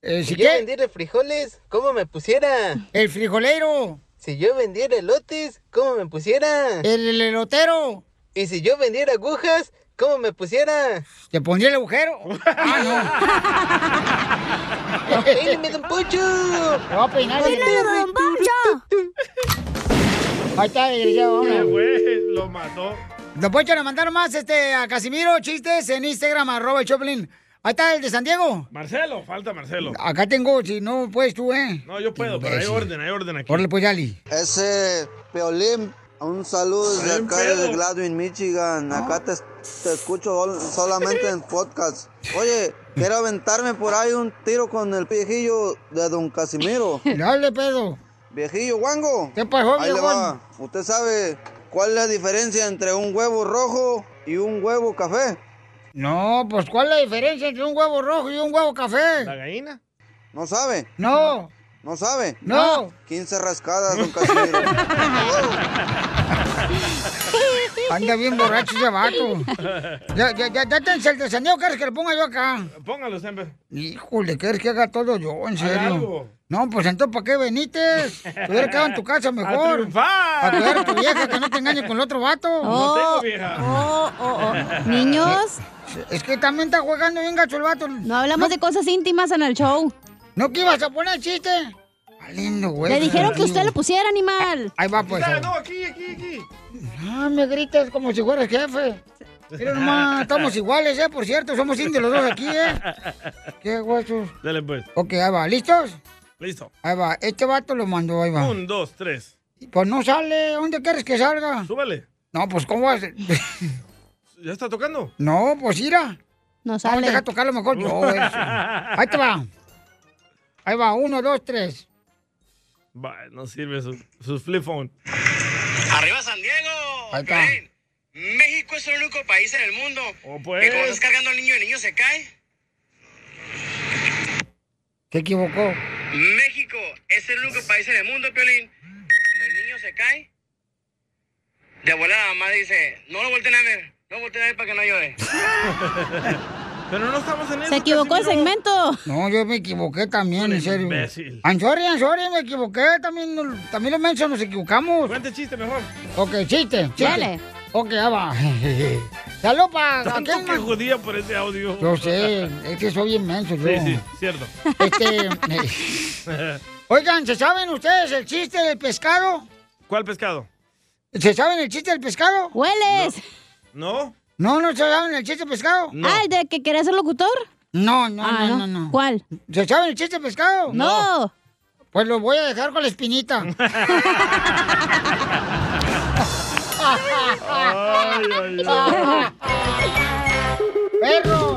Speaker 2: Eh, si
Speaker 5: yo
Speaker 2: quie-
Speaker 5: vendiera frijoles, ¿cómo me pusiera?
Speaker 2: El frijolero.
Speaker 5: Si yo vendiera elotes, ¿cómo me pusiera?
Speaker 2: El elotero.
Speaker 5: Y si yo vendiera agujas, ¿cómo me pusiera?
Speaker 2: Te pondría el agujero.
Speaker 5: ¡Peíname, Don Poncho!
Speaker 2: Te va a peinar.
Speaker 5: Don Poncho!
Speaker 2: Ahí está, ya,
Speaker 3: Ya,
Speaker 2: vámonos.
Speaker 3: güey, lo mató.
Speaker 2: Don Poncho, le mandaron más este, a Casimiro chistes en Instagram, arroba el Choplin. Ahí está el de San Diego.
Speaker 3: Marcelo, falta Marcelo.
Speaker 2: Acá tengo, si no puedes tú, ¿eh?
Speaker 3: No, yo puedo, pero hay orden, hay orden aquí.
Speaker 2: Órale, pues, Yali.
Speaker 26: Ese Peolín, un saludo de
Speaker 3: Bien,
Speaker 26: acá
Speaker 3: pedo.
Speaker 26: de Gladwin, Michigan.
Speaker 2: Ah.
Speaker 26: Acá te, te escucho sol- solamente en podcast. Oye, quiero aventarme por ahí un tiro con el viejillo de Don Casimiro.
Speaker 2: Dale, pedo.
Speaker 26: Viejillo Wango.
Speaker 2: ¿Qué pasó,
Speaker 26: Ahí le
Speaker 2: viejón?
Speaker 26: va. ¿Usted sabe cuál es la diferencia entre un huevo rojo y un huevo café?
Speaker 2: No, pues ¿cuál es la diferencia entre un huevo rojo y un huevo café?
Speaker 3: ¿La gallina?
Speaker 26: ¿No sabe?
Speaker 2: No.
Speaker 26: ¿No sabe?
Speaker 2: No.
Speaker 26: 15 rascadas, Don Casimiro.
Speaker 2: Anda bien borracho ese vato. Ya, ya, ya, ya tense el de San Diego, ¿quieres que le ponga yo acá?
Speaker 3: Póngalo siempre.
Speaker 2: Híjole, ¿quieres que haga todo yo? En
Speaker 3: Haga
Speaker 2: serio.
Speaker 3: algo.
Speaker 2: No, pues entonces, ¿para qué veniste? Te hubiera quedado en tu casa mejor.
Speaker 3: ¡A triunfar!
Speaker 2: Para cuidar a tu vieja, que no te engañe con el otro vato.
Speaker 3: No tengo vieja.
Speaker 4: Oh, oh, oh. Niños.
Speaker 2: Es que también está jugando bien gacho el vato.
Speaker 4: No hablamos de cosas íntimas en el show.
Speaker 2: ¿No que ibas a poner chiste? Lindo, güey.
Speaker 4: Le dijeron que usted lo pusiera, animal.
Speaker 2: Ahí va, pues.
Speaker 3: Dale, no, aquí, aquí, aquí.
Speaker 2: Ah, me gritas como si fueras jefe. Mira nomás, estamos iguales, ¿eh? Por cierto, somos indios los dos aquí, ¿eh? Qué guachos.
Speaker 3: Dale, pues.
Speaker 2: Ok, ahí va. ¿Listos?
Speaker 3: Listo.
Speaker 2: Ahí va. Este vato lo mandó, ahí va.
Speaker 3: Un, dos, tres.
Speaker 2: Pues no sale. ¿Dónde quieres que salga?
Speaker 3: Súbale.
Speaker 2: No, pues ¿cómo vas?
Speaker 3: ¿Ya está tocando?
Speaker 2: no, pues ira.
Speaker 4: No
Speaker 2: sale. Deja tocarlo mejor yo, güey. Ahí te va. Ahí va. Uno, dos, tres.
Speaker 3: Bah, no sirve su, su flip phone.
Speaker 14: ¡Arriba San Diego!
Speaker 2: Ahí está.
Speaker 14: Piolín. México es el único país en el mundo
Speaker 3: Oh, pues.
Speaker 14: que cuando estás cargando al niño, el niño se cae.
Speaker 2: Se equivocó.
Speaker 14: México es el único país en el mundo, Piolín, cuando el niño se cae,
Speaker 6: De abuela la mamá dice, no lo volteen a ver, no volteen a ver para que no llore.
Speaker 3: Pero no estamos en eso.
Speaker 4: Se equivocó el
Speaker 3: Casimiro.
Speaker 4: segmento.
Speaker 2: No, yo me equivoqué también, en serio.
Speaker 3: imbécil.
Speaker 2: I'm sorry, I'm sorry, me equivoqué. También, nos- también los mensos nos equivocamos.
Speaker 3: Cuente chiste mejor.
Speaker 2: Ok, chiste, chiste.
Speaker 3: Dale.
Speaker 2: Ok, ya va. Salud para
Speaker 3: Tanto
Speaker 2: aquel
Speaker 3: que
Speaker 2: man-
Speaker 3: jodía por ese audio.
Speaker 2: Yo sé, es que soy inmenso yo.
Speaker 3: Sí, sí, cierto.
Speaker 2: Este, eh, oigan, ¿se saben ustedes el chiste del pescado?
Speaker 3: ¿Cuál pescado?
Speaker 2: ¿Se saben el chiste del pescado?
Speaker 4: ¡Hueles!
Speaker 3: ¿No?
Speaker 2: No, no se saben el chiste del pescado.
Speaker 3: No.
Speaker 4: Ah, ¿el de que quería ser locutor?
Speaker 2: No, no,
Speaker 4: Ah,
Speaker 2: no,
Speaker 4: no.
Speaker 2: no, no. ¿Cuál? ¿Se saben el chiste del pescado?
Speaker 4: No.
Speaker 2: Pues lo voy a dejar con la espinita. ¡Perro!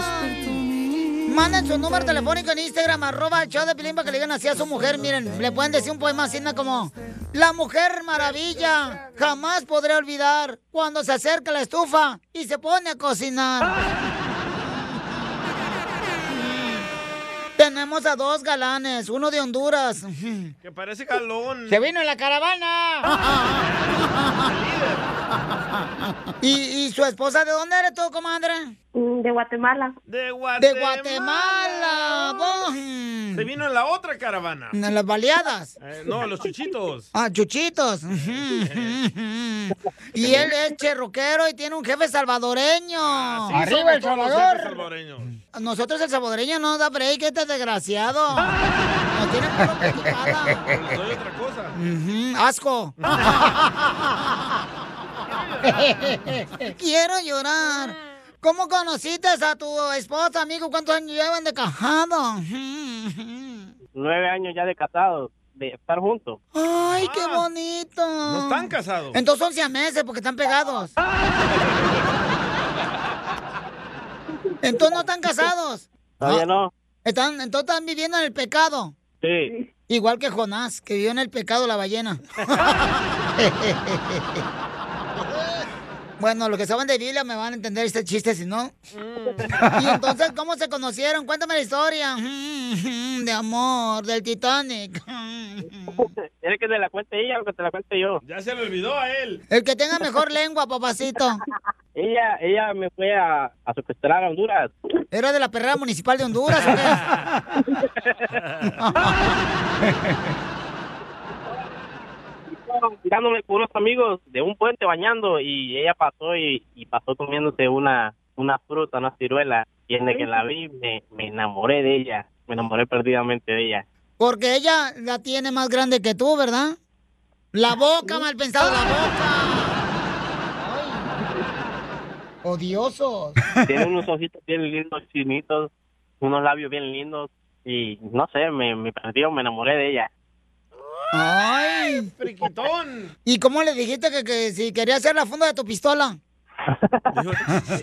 Speaker 2: Manden su número telefónico en Instagram, arroba el show de Pilín, para que le digan así a su mujer. Miren, le pueden decir un poema así ¿no? como... La mujer maravilla, jamás podré olvidar cuando se acerca la estufa y se pone a cocinar. Tenemos a dos galanes, uno de Honduras.
Speaker 3: Que parece galón.
Speaker 2: ¡Se vino en la caravana! ¿Y, y su esposa de dónde eres tú, comadre?
Speaker 12: De Guatemala.
Speaker 3: De
Speaker 2: De Guatemala. vos.
Speaker 3: Se vino en la otra caravana.
Speaker 2: En las baleadas.
Speaker 3: Eh, no, los chuchitos.
Speaker 2: Ah, chuchitos. y él es cherroquero y tiene un jefe salvadoreño.
Speaker 3: Ah, Sí, somos todos los jefes salvadoreños.
Speaker 2: Nosotros el salvadoreño no da break, este desgraciado.
Speaker 3: Ah.
Speaker 2: Nos tiene puro pellizcada.
Speaker 3: Les doy otra cosa.
Speaker 2: Ujú, Asco. Quiero llorar. ¿Cómo conociste a tu esposa, amigo? ¿Cuántos años llevan de cajado?
Speaker 27: Nueve años ya de casados, de estar juntos.
Speaker 2: Ay, qué
Speaker 3: Ah.
Speaker 2: bonito.
Speaker 27: No están casados.
Speaker 2: Entonces son siameses porque están pegados. Entonces no están casados.
Speaker 27: Todavía no.
Speaker 2: Están, entonces están viviendo en el pecado.
Speaker 27: Sí.
Speaker 2: Igual que Jonás, que vivió en el pecado la ballena. bueno, los que saben de Biblia me van a entender este chiste, si no. y entonces, ¿cómo se conocieron? Cuéntame la historia. Mm, De amor, del Titanic.
Speaker 27: ¿Quieres que te la cuente ella o que te la cuente yo?
Speaker 3: Ya se le olvidó a él.
Speaker 2: El que tenga mejor lengua, papacito.
Speaker 27: Ella, ella me fue a, a secuestrar a Honduras.
Speaker 2: ¿Era de la perrera municipal de Honduras o
Speaker 27: Estaba Tirándome con unos amigos de un puente bañando y ella pasó y, y pasó comiéndose una, una fruta, una ciruela. Y en el que la vi me, me enamoré de ella. Me enamoré perdidamente de ella.
Speaker 2: Porque ella la tiene más grande que tú, ¿verdad?
Speaker 3: Ah,
Speaker 2: La boca, mal pensado, la boca. Ay. Odiosos.
Speaker 27: Tiene unos ojitos bien lindos, chinitos, unos labios bien lindos. Y no sé, me, me perdió, me enamoré de ella.
Speaker 2: Ay.
Speaker 3: Friquitón.
Speaker 2: ¿Y cómo le dijiste que, que si quería hacer la funda de tu pistola?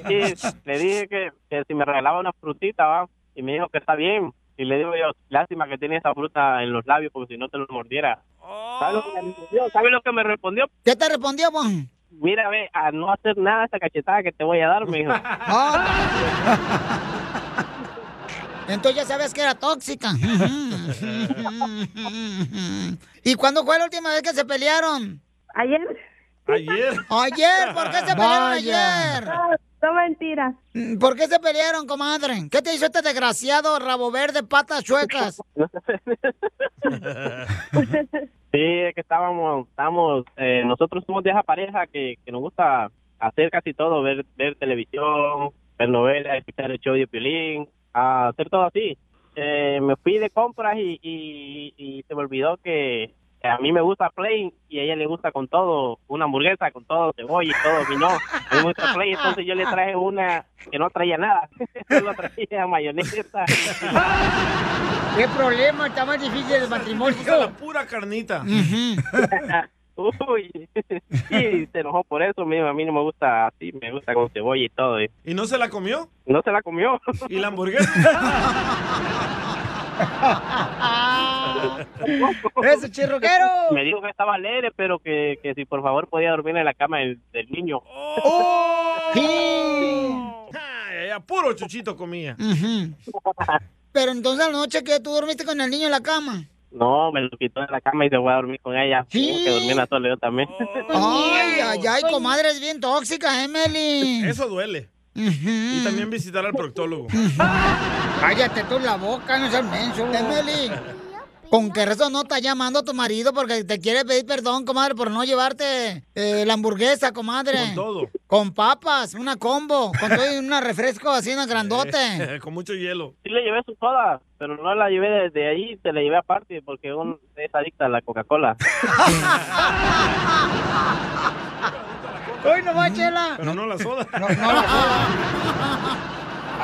Speaker 27: Y le dije que, que si me regalaba una frutita, va. Y me dijo que está bien. Y le digo yo, lástima que tiene esa fruta en los labios, porque si no te lo mordiera. ¿Sabes lo que me respondió? ¿Sabes lo que me respondió?
Speaker 2: ¿Qué te respondió, pues? Juan?
Speaker 27: Mira, ve, a no hacer nada esa cachetada que te voy a dar, mijo.
Speaker 2: Ah. Entonces ya sabes que era tóxica. ¿Y cuándo fue la última vez que se pelearon?
Speaker 12: Ayer.
Speaker 3: Ayer.
Speaker 2: Ayer, ¿por qué se pelearon
Speaker 12: Vaya.
Speaker 2: ayer?
Speaker 12: No mentiras.
Speaker 2: ¿Por qué se pelearon, comadre? ¿Qué te hizo este desgraciado rabo verde, patas chuecas?
Speaker 27: Sí, es que estábamos, estamos, eh, nosotros somos de esa pareja que, que nos gusta hacer casi todo, ver, ver televisión, ver novelas, escuchar el show de Piolín, ah, hacer todo así. Eh, me fui de compras y, y, y se me olvidó que a mí me gusta plain y a ella le gusta con todo, una hamburguesa con todo, cebolla y todo, y no, a mí me gusta plain, entonces yo le traje una que no traía nada, solo traía mayonesa.
Speaker 2: ¿Qué problema está más difícil del matrimonio?
Speaker 3: Pura carnita.
Speaker 27: Uy, y se enojó por eso, mismo. a mí no me gusta así, me gusta con cebolla y todo. ¿Y,
Speaker 3: no se la comió?
Speaker 27: No se la comió.
Speaker 3: ¿Y la hamburguesa?
Speaker 8: ¡Ese chirroquero!
Speaker 27: Me dijo que estaba alegre, pero que, que si por favor podía dormir en la cama del, del niño.
Speaker 3: Ay, ay, ay, puro chuchito comía.
Speaker 2: Mm. Pero entonces la noche que tú dormiste con el niño en la cama.
Speaker 27: No, me lo quitó de la cama y se fue a dormir con ella. Tengo que dormir la sola yo también.
Speaker 3: Oh.
Speaker 2: Ay, ay, ay, comadre, es bien tóxica, ¿eh, Emily.
Speaker 3: Eso duele. Y también visitar al proctólogo.
Speaker 2: Mm. Cállate tú la boca, no seas menso.
Speaker 3: ¿Eh,
Speaker 2: Emily, ¿con qué razón no estás llamando a tu marido porque te quiere pedir perdón, comadre, por no llevarte eh, la hamburguesa, comadre?
Speaker 3: Con todo.
Speaker 2: Con papas, una combo, con todo y una refresco así, una grandote.
Speaker 3: Eh, Con mucho hielo.
Speaker 27: Sí le llevé su soda, pero no la llevé desde ahí, se la llevé aparte porque un, es adicta a la Coca-Cola.
Speaker 2: ¡Hoy no va, Chela!
Speaker 3: Pero no la soda.
Speaker 2: No, no la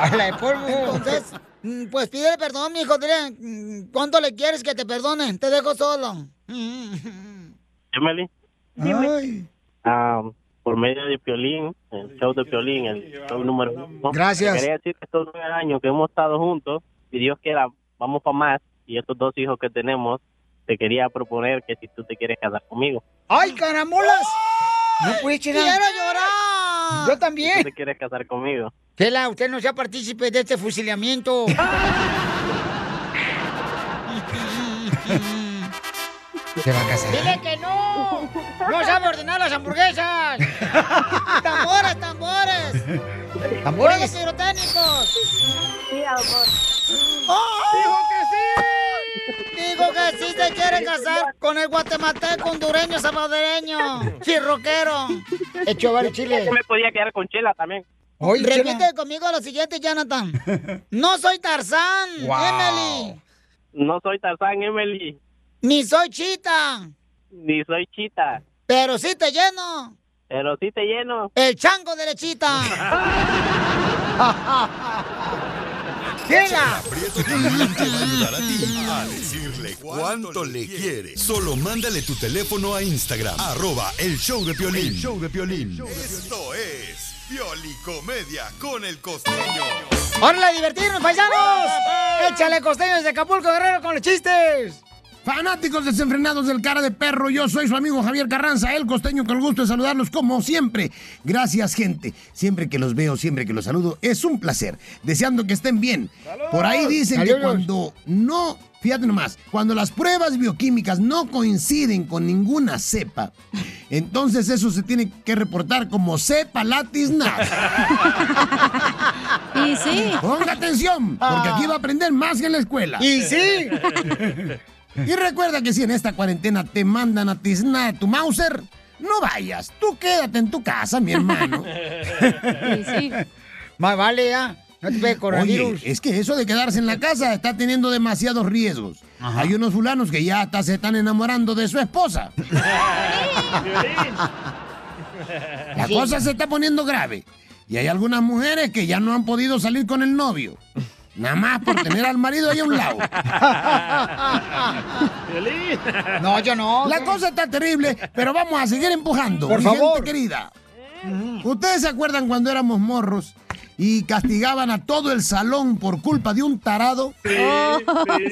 Speaker 2: A la de polvo. Entonces, mm, pues pídele perdón, mijo. Dile, mm, ¿cuánto le quieres que te perdone? Te dejo solo.
Speaker 27: Emily, ah, por medio de Piolín, el show de Piolín, el show número uno.
Speaker 2: Gracias.
Speaker 27: te Quería decir que estos nueve años que hemos estado juntos, y Dios quiera, vamos para más, y estos dos hijos que tenemos, te quería proponer que si tú te quieres casar conmigo.
Speaker 2: ¡Ay, caramolas! No puede, Chela. ¡Quiero llorar! Yo
Speaker 27: Si
Speaker 2: también.
Speaker 27: tú te quieres casar conmigo.
Speaker 2: Chela, usted no sea partícipe de este fusilamiento. Se va a casar.
Speaker 8: ¡Dile que no!
Speaker 2: ¡No sabe ordenar las hamburguesas! ¡Tambores, tambores!
Speaker 8: ¡Tambores!
Speaker 2: ¡Tambores pirotécnicos!
Speaker 8: Sí, amor.
Speaker 2: ¡Dijo que sí! Digo que sí te quiere casar con el guatemalteco, hondureño, salvadoreño, chirroquero. Hecho varios chile.
Speaker 27: Yo me podía quedar con Chela también.
Speaker 2: Repite conmigo lo siguiente, Jonathan. No soy Tarzán,
Speaker 27: Wow.
Speaker 2: Emily,
Speaker 27: No soy Tarzán, Emily,
Speaker 2: ni soy Chita,
Speaker 27: ni soy Chita,
Speaker 2: pero sí te lleno
Speaker 27: pero sí te lleno.
Speaker 2: el chango de lechita. ¡Chela!
Speaker 7: Prieto también te va a ayudar a ti a decirle cuánto le quiere. Solo mándale tu teléfono a Instagram, arroba el show de Piolín.
Speaker 14: El
Speaker 7: show de Piolín. Esto es Piolicomedia con el costeño.
Speaker 2: ¡Órale a divertirnos, paisanos! ¡Échale costeños de Acapulco, Guerrero, con los chistes!
Speaker 14: Fanáticos desenfrenados del cara de perro, yo soy su amigo Javier Carranza, el costeño, con el gusto de saludarlos como siempre. Gracias, gente. Siempre que los veo, siempre que los saludo, es un placer. Deseando que estén bien. Por ahí dicen que
Speaker 2: Saludos.
Speaker 14: cuando no, fíjate nomás, cuando las pruebas bioquímicas no coinciden con ninguna cepa, entonces eso se tiene que reportar como cepa latisnada.
Speaker 4: Y sí.
Speaker 14: Ponga atención, porque aquí va a aprender más que en la escuela.
Speaker 8: Y sí.
Speaker 14: Y recuerda que si en esta cuarentena te mandan a tiznar a tu Mauser, no vayas. Tú quédate en tu casa, mi hermano.
Speaker 2: Más vale ya. No te pegue coronavirus.
Speaker 14: Oye, es que eso de quedarse en la casa está teniendo demasiados riesgos. Hay unos fulanos que ya hasta se están enamorando de su esposa. La cosa se está poniendo grave. Y hay algunas mujeres que ya no han podido salir con el novio. Nada más por tener al marido ahí a un lado.
Speaker 2: No, yo no.
Speaker 14: La cosa está terrible, pero vamos a seguir empujando.
Speaker 2: Por
Speaker 14: mi gente
Speaker 2: favor. Mm.
Speaker 14: querida. ¿Ustedes se acuerdan cuando éramos morros y castigaban a todo el salón por culpa de un tarado?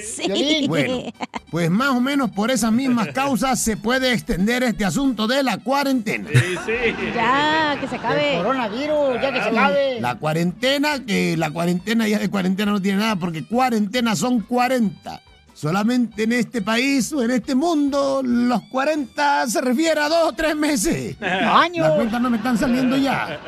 Speaker 8: sí. sí.
Speaker 14: Bueno, pues más o menos por esas mismas causas se puede extender este asunto de la cuarentena.
Speaker 4: Ya, que se acabe.
Speaker 2: El coronavirus, ya que se acabe.
Speaker 14: La cuarentena, que la cuarentena ya de cuarentena no tiene nada, porque cuarentena son 40. Solamente en este país o en este mundo, los 40 se refiere a dos o tres meses.
Speaker 8: Años.
Speaker 14: Las cuentas no me están saliendo ya.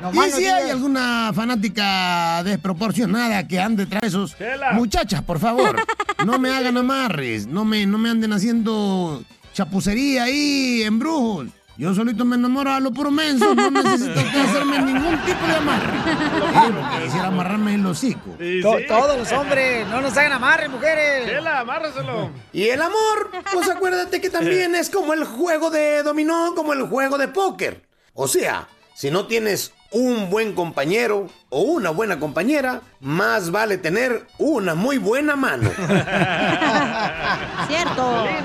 Speaker 8: más
Speaker 14: y
Speaker 8: no
Speaker 14: si
Speaker 8: digas.
Speaker 14: hay alguna fanática desproporcionada que ande tras esos. Muchachas, por favor, no me hagan amarres, no me, no me anden haciendo chapucería ahí, embrujos. Yo solito me enamoro a lo puro menso, no necesito usted hacerme ningún tipo de amarre. Eh, porque Quisiera amarrarme el hocico.
Speaker 2: To- Todos los hombres, no nos hagan amarre, mujeres.
Speaker 3: Chela, amárraselo.
Speaker 14: Y el amor, pues acuérdate que también es como el juego de dominó, como el juego de póker. O sea, Si no tienes un buen compañero o una buena compañera, más vale tener una muy buena mano.
Speaker 4: Cierto.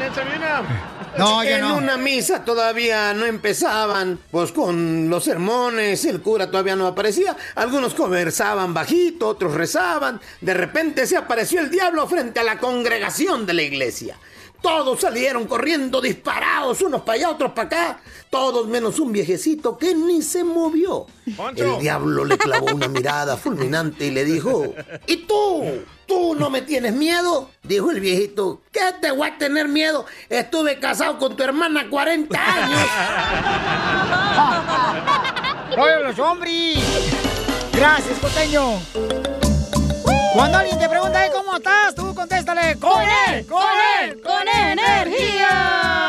Speaker 2: No, yo
Speaker 14: en
Speaker 2: no.
Speaker 14: una misa todavía no empezaban, pues con los sermones, el cura todavía no aparecía, algunos conversaban bajito, otros rezaban, de repente se apareció el diablo frente a la congregación de la iglesia. Todos salieron corriendo disparados, unos para allá, otros para acá, todos menos un viejecito que ni se movió.
Speaker 3: Poncho.
Speaker 14: El diablo le clavó una mirada fulminante y le dijo, ¿y tú? ¿Tú no me tienes miedo? Dijo el viejito, ¿qué te voy a tener miedo? Estuve casado con tu hermana 40 años.
Speaker 2: ¡Oye, los hombres! Gracias, costeño. Cuando alguien te pregunta "Eh, cómo estás, tú contéstale con él, con él, con energía.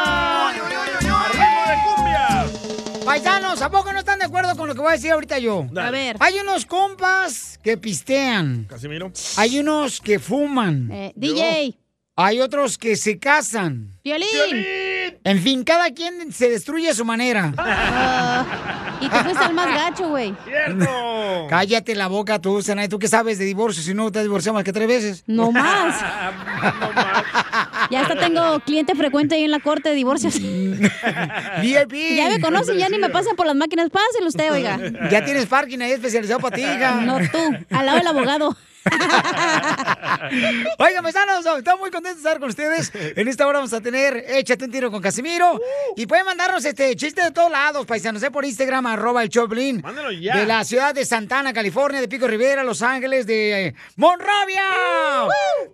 Speaker 2: Paisanos, ¿a poco no están de acuerdo con lo que voy a decir ahorita yo?
Speaker 3: Dale. A ver.
Speaker 2: Hay unos compas que pistean.
Speaker 3: Casimiro.
Speaker 2: Hay unos que fuman.
Speaker 4: DJ.
Speaker 2: Hay otros que se casan.
Speaker 4: Violín.
Speaker 2: En fin, cada quien se destruye a su manera.
Speaker 4: Ah, y te fuiste al más gacho, güey.
Speaker 2: ¡Cierto! Cállate la boca tú, Senay. ¿Tú qué sabes de divorcio si no te has divorciado más que tres veces?
Speaker 4: No más. Ya hasta tengo cliente frecuente ahí en la corte de divorcios.
Speaker 2: VIP.
Speaker 4: Ya me conocen, ya ni me pasan por las máquinas. Pásenlo usted, oiga.
Speaker 2: Ya tienes parking ahí especializado para ti, hija.
Speaker 4: No tú, al lado del abogado.
Speaker 2: Oigan, paisanos, estamos muy contentos de estar con ustedes. En esta hora vamos a tener Échate un tiro con
Speaker 3: Uh.
Speaker 2: Casimiro. Y pueden mandarnos este chiste de todos lados, paisanos, eh, por Instagram, arroba el Choplin.
Speaker 3: Mándalo ya.
Speaker 2: De la ciudad de Santana, California, de Pico Rivera, Los Ángeles, de eh, Monrovia.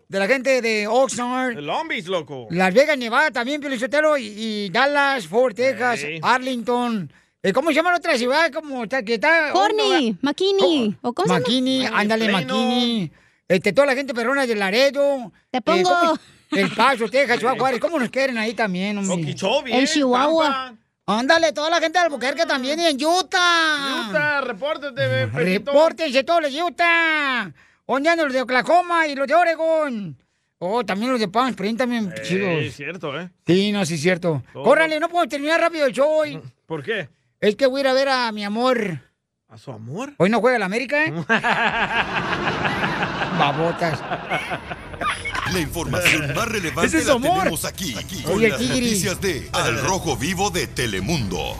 Speaker 2: De la gente de Oxnard.
Speaker 3: Long Beach, loco.
Speaker 2: Las Vegas, Nevada también, Piolichotelo, y, y Dallas, Fort Texas,
Speaker 3: Ey.
Speaker 2: Arlington. Eh, ¿Cómo se llama la otra ciudad? ¿Cómo está? Que está Oh,
Speaker 4: Corny, McKinney. ¿O cómo se llama?
Speaker 2: McKinney, ándale,
Speaker 4: Plano.
Speaker 2: McKinney. Este, toda la gente perrona de Laredo. Eh,
Speaker 4: Te pongo.
Speaker 2: ¿cómo- el Paso, Texas, Chihuahua, Juárez. ¿Cómo nos quieren ahí también, hombre?
Speaker 3: Okeechobee, El
Speaker 4: Chihuahua.
Speaker 2: Ándale, toda la gente de Albuquerque también y en Utah.
Speaker 3: Ah.
Speaker 2: Ah,
Speaker 3: Utah, repórtate, bebé.
Speaker 2: Repórtense todos los de Utah. ¿Dónde andan los de Oklahoma y los de Oregon? Oh, también los de Palm Springs también,
Speaker 3: Sí,
Speaker 2: chidos.
Speaker 3: cierto, ¿eh?
Speaker 2: Sí, no, sí es cierto.
Speaker 3: Todo.
Speaker 2: Córrale, no puedo terminar rápido el show hoy.
Speaker 3: ¿Por qué?
Speaker 2: Es que voy a ir a ver a mi amor.
Speaker 3: ¿A su amor?
Speaker 2: Hoy no juega el América, ¿eh? Babotas.
Speaker 7: La información más relevante
Speaker 2: Ese es
Speaker 7: la
Speaker 2: amor.
Speaker 7: tenemos aquí, aquí, con
Speaker 2: Oye,
Speaker 7: las
Speaker 2: Tigris.
Speaker 7: noticias de Al Rojo Vivo de Telemundo.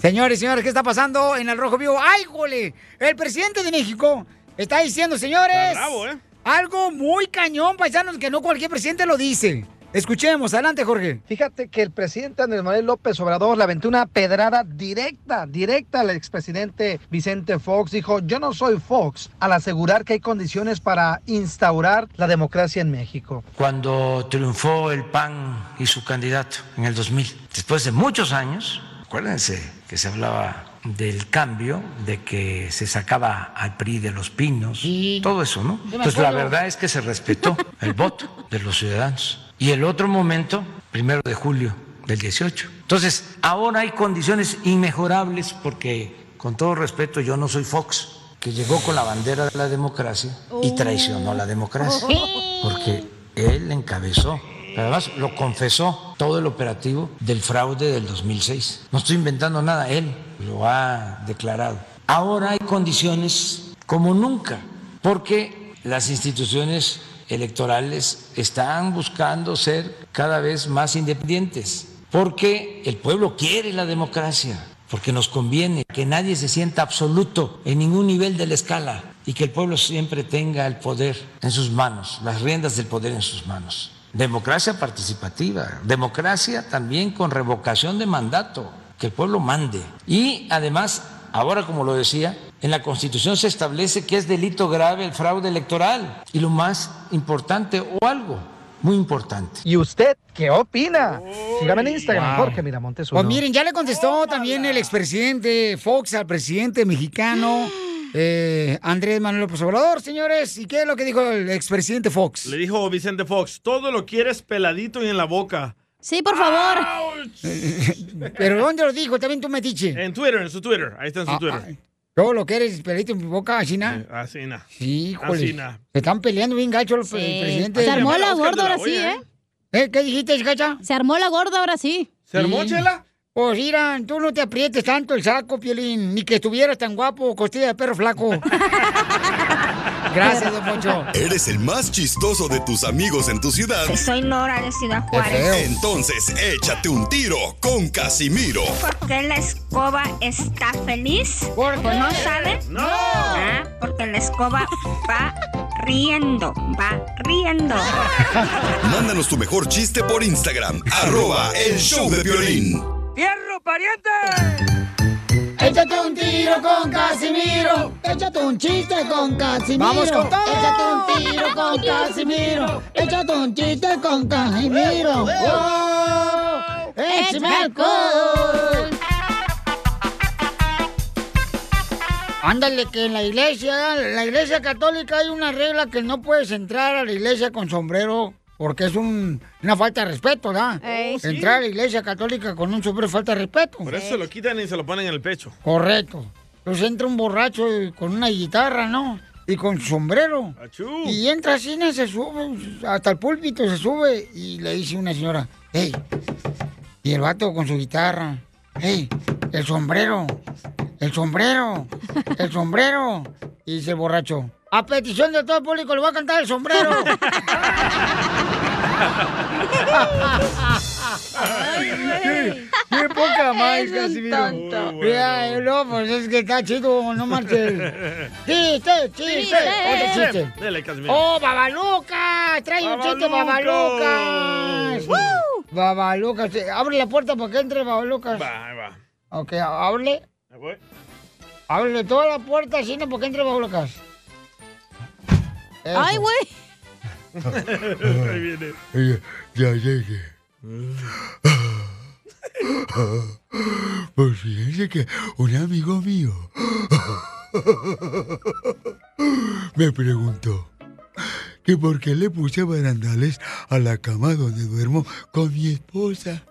Speaker 2: Señores, señores, ¿qué está pasando en el Rojo Vivo? ¡Ay, jole! El presidente de México está diciendo, señores,
Speaker 3: Está bravo, ¿eh?
Speaker 2: algo muy cañón, paisanos, que no cualquier presidente lo dice. Escuchemos, adelante, Jorge.
Speaker 5: Fíjate que el presidente Andrés Manuel López Obrador le aventó una pedrada directa, directa al expresidente Vicente Fox. Dijo, yo no soy Fox, al asegurar que hay condiciones para instaurar la democracia en México.
Speaker 15: cuando triunfó el PAN y su candidato en el 2000. Después de muchos años, acuérdense que se hablaba del cambio, de que se sacaba al PRI de los pinos, todo eso, ¿no?
Speaker 28: me
Speaker 15: Entonces la
Speaker 28: acuerdo.
Speaker 15: verdad es que se respetó el voto de los ciudadanos. Y el otro momento, primero de julio del 18. Entonces, ahora hay condiciones inmejorables porque, con todo respeto, yo no soy Fox, que llegó con la bandera de la democracia y traicionó la democracia
Speaker 28: Oh.
Speaker 15: porque él encabezó, pero además lo confesó todo el operativo del fraude del 2006. No estoy inventando nada, él lo ha declarado. Ahora hay condiciones como nunca, porque las instituciones electorales están buscando ser cada vez más independientes, porque el pueblo quiere la democracia, porque nos conviene que nadie se sienta absoluto en ningún nivel de la escala y que el pueblo siempre tenga el poder en sus manos, las riendas del poder en sus manos. Democracia participativa, democracia también con revocación de mandato, que el pueblo mande. Y además, ahora como lo decía, en la Constitución se establece que es delito grave el fraude electoral y lo más importante o algo muy importante.
Speaker 5: ¿Y usted qué opina? Sígame en Instagram,
Speaker 2: Wow.
Speaker 5: Jorge Miramontes.
Speaker 2: Pues
Speaker 5: uno.
Speaker 2: miren, ya le contestó también el expresidente Fox al presidente mexicano eh, Andrés Manuel López Obrador, señores. ¿Y qué es lo que dijo el expresidente Fox?
Speaker 3: Le dijo Vicente Fox, todo lo quieres peladito y en la boca.
Speaker 4: Sí, por favor.
Speaker 2: Ah. ¿Pero dónde lo dijo? También tú me dices.
Speaker 3: En Twitter, en su Twitter. Ahí está en su
Speaker 2: Ah,
Speaker 3: Twitter.
Speaker 2: Todo lo que eres, pelito en mi boca, China.
Speaker 4: ah,
Speaker 3: Así, na.
Speaker 2: Híjole.
Speaker 3: Así, na.
Speaker 2: Se están peleando bien gacho los
Speaker 4: Sí.
Speaker 2: el presidente.
Speaker 4: Se armó la gorda ahora sí, ¿eh?
Speaker 2: ¿Eh? ¿Qué dijiste, Cacha?
Speaker 4: Se armó la gorda ahora sí.
Speaker 2: ¿Se armó, Chela? Pues Irán, tú no te aprietes tanto el saco, Piolín, ni que estuvieras tan guapo, costilla de perro flaco. Gracias, don Poncho.
Speaker 7: Eres el más chistoso de tus amigos en tu ciudad.
Speaker 24: Soy Nora de Ciudad
Speaker 7: Qué feo.
Speaker 24: Juárez.
Speaker 7: Entonces, échate un tiro con Casimiro.
Speaker 24: ¿Por qué la escoba está feliz? ¿Porque no sabe? No. Ah, porque la escoba va riendo, va riendo.
Speaker 7: Mándanos tu mejor chiste por Instagram, arroba el show de violín.
Speaker 1: ¡Fierro, pariente!
Speaker 2: Échate un tiro con Casimiro. Échate un chiste con Casimiro.
Speaker 1: ¡Vamos con todo!
Speaker 2: Échate un tiro con Casimiro. Échate un chiste con Casimiro. ¡Wow! ¡Échame alcohol! Ándale, que en la iglesia, en la iglesia católica hay una regla que no puedes entrar a la iglesia con sombrero porque es un- una falta de respeto, ¿verdad?
Speaker 3: Ey. Sí.
Speaker 2: Entrar a la iglesia católica con un sombrero es falta de respeto.
Speaker 3: Por eso se lo quitan y se lo ponen en el pecho.
Speaker 2: Correcto. Entonces entra un borracho y- con una guitarra, ¿no? Y con su sombrero. Y entra así, ¿no? se sube, hasta el púlpito se sube y le dice una señora, hey, y el vato con su guitarra, hey, el sombrero, el sombrero, el sombrero. Y dice el borracho, a petición de todo el público le voy a cantar el sombrero.
Speaker 1: ¡Qué,
Speaker 2: qué poca más, Casimiro!
Speaker 1: tonto.
Speaker 2: Mira, no, pues es que está chido, no marches. ¡Chiste, chiste! Otro chiste.
Speaker 3: Dele, Casimiro.
Speaker 2: ¡Oh, Babaluca! ¡Trae un chiste, Babalucas! Babalucas, eh, abre la puerta para que entre Babalucas.
Speaker 3: Va, ahí va.
Speaker 2: Ok, a- ábrele,
Speaker 3: Ahí voy.
Speaker 2: ábrele toda la puerta, así no, para que entre Babalucas. Eso.
Speaker 1: Ay,
Speaker 4: güey.
Speaker 3: Ahí viene.
Speaker 1: Ya, ya llegué. Pues fíjense que un amigo mío me preguntó que por qué le puse barandales a la cama donde duermo con mi esposa.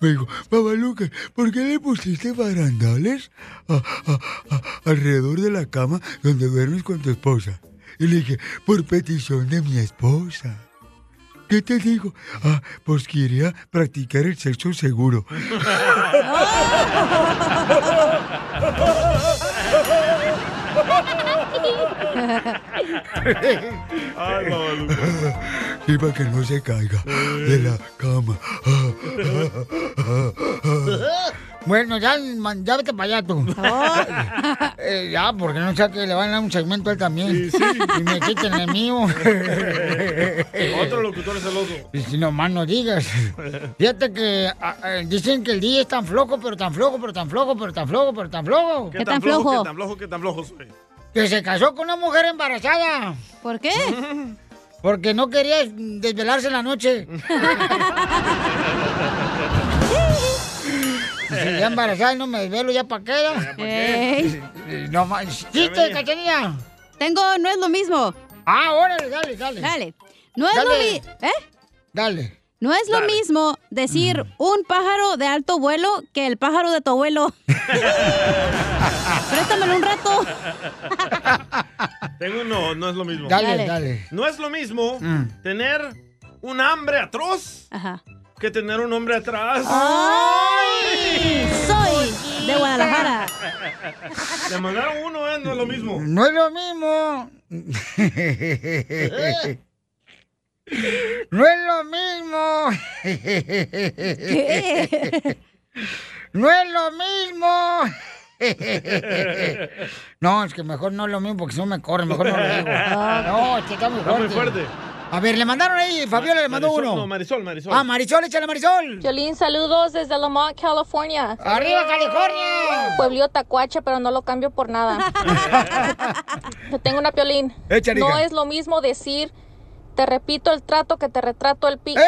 Speaker 1: Me dijo, papá Lucas, ¿por qué le pusiste barandales a- a- a- alrededor de la cama donde duermes con tu esposa? Y le dije, por petición de mi esposa. ¿Qué te digo? Ah, pues quería practicar el sexo seguro. Y para que no se caiga de la cama.
Speaker 2: Bueno, ya, man- ya vete para allá tú. Eh, ya, porque no sé que le van a dar un segmento a él también. Y me quiten el mío.
Speaker 3: Otro locutor es el otro.
Speaker 2: Y si nomás no digas. Fíjate que ah, eh, dicen que el día es tan flojo, pero tan flojo, pero tan flojo, pero tan flojo, pero tan flojo.
Speaker 3: ¿Qué tan flojo, qué tan flojo soy?
Speaker 2: Que se casó con una mujer embarazada.
Speaker 4: ¿Por qué?
Speaker 2: Porque no quería desvelarse en la noche. Si ya embarazada y no me desvelo, ¿ya para qué?
Speaker 4: Ey.
Speaker 2: Eh, No más. ¡Chiste, cachanilla!
Speaker 4: Tengo, no es lo mismo.
Speaker 2: Ah, órale, dale, dale.
Speaker 4: Dale. No es lo
Speaker 2: Dale.
Speaker 4: mismo. ¿Eh?
Speaker 2: Dale.
Speaker 4: No es lo
Speaker 2: Dale.
Speaker 4: mismo decir un pájaro de alto vuelo que el pájaro de tu abuelo. Préstamelo un rato.
Speaker 3: Tengo uno, no es lo mismo.
Speaker 1: Dale, Dale. dale.
Speaker 3: No es lo mismo tener un hambre atroz que tener un hombre atrás.
Speaker 1: ¡Ay!
Speaker 4: Soy de Guadalajara.
Speaker 3: Te mandaron uno, ¿eh? No es lo mismo.
Speaker 2: No es lo mismo. No es lo mismo. No es lo mismo. No, es que mejor no es lo mismo porque si no me corren, mejor no lo digo. No, es que está muy
Speaker 3: Está
Speaker 2: fuerte.
Speaker 3: muy fuerte.
Speaker 2: A ver, le mandaron ahí, Fabiola le mandó
Speaker 3: Marisol,
Speaker 2: uno.
Speaker 3: no, Marisol, Marisol.
Speaker 2: Ah, Marisol, échale Marisol.
Speaker 17: Violín, saludos desde Lamont, California.
Speaker 2: ¡Arriba, California!
Speaker 17: Pueblito Tacuache, pero no lo cambio por nada. Yo tengo una piolín.
Speaker 1: Échale,
Speaker 17: no
Speaker 1: hija.
Speaker 17: es lo mismo decir, te repito el trato que te retrato el pi.
Speaker 2: ¡Eh!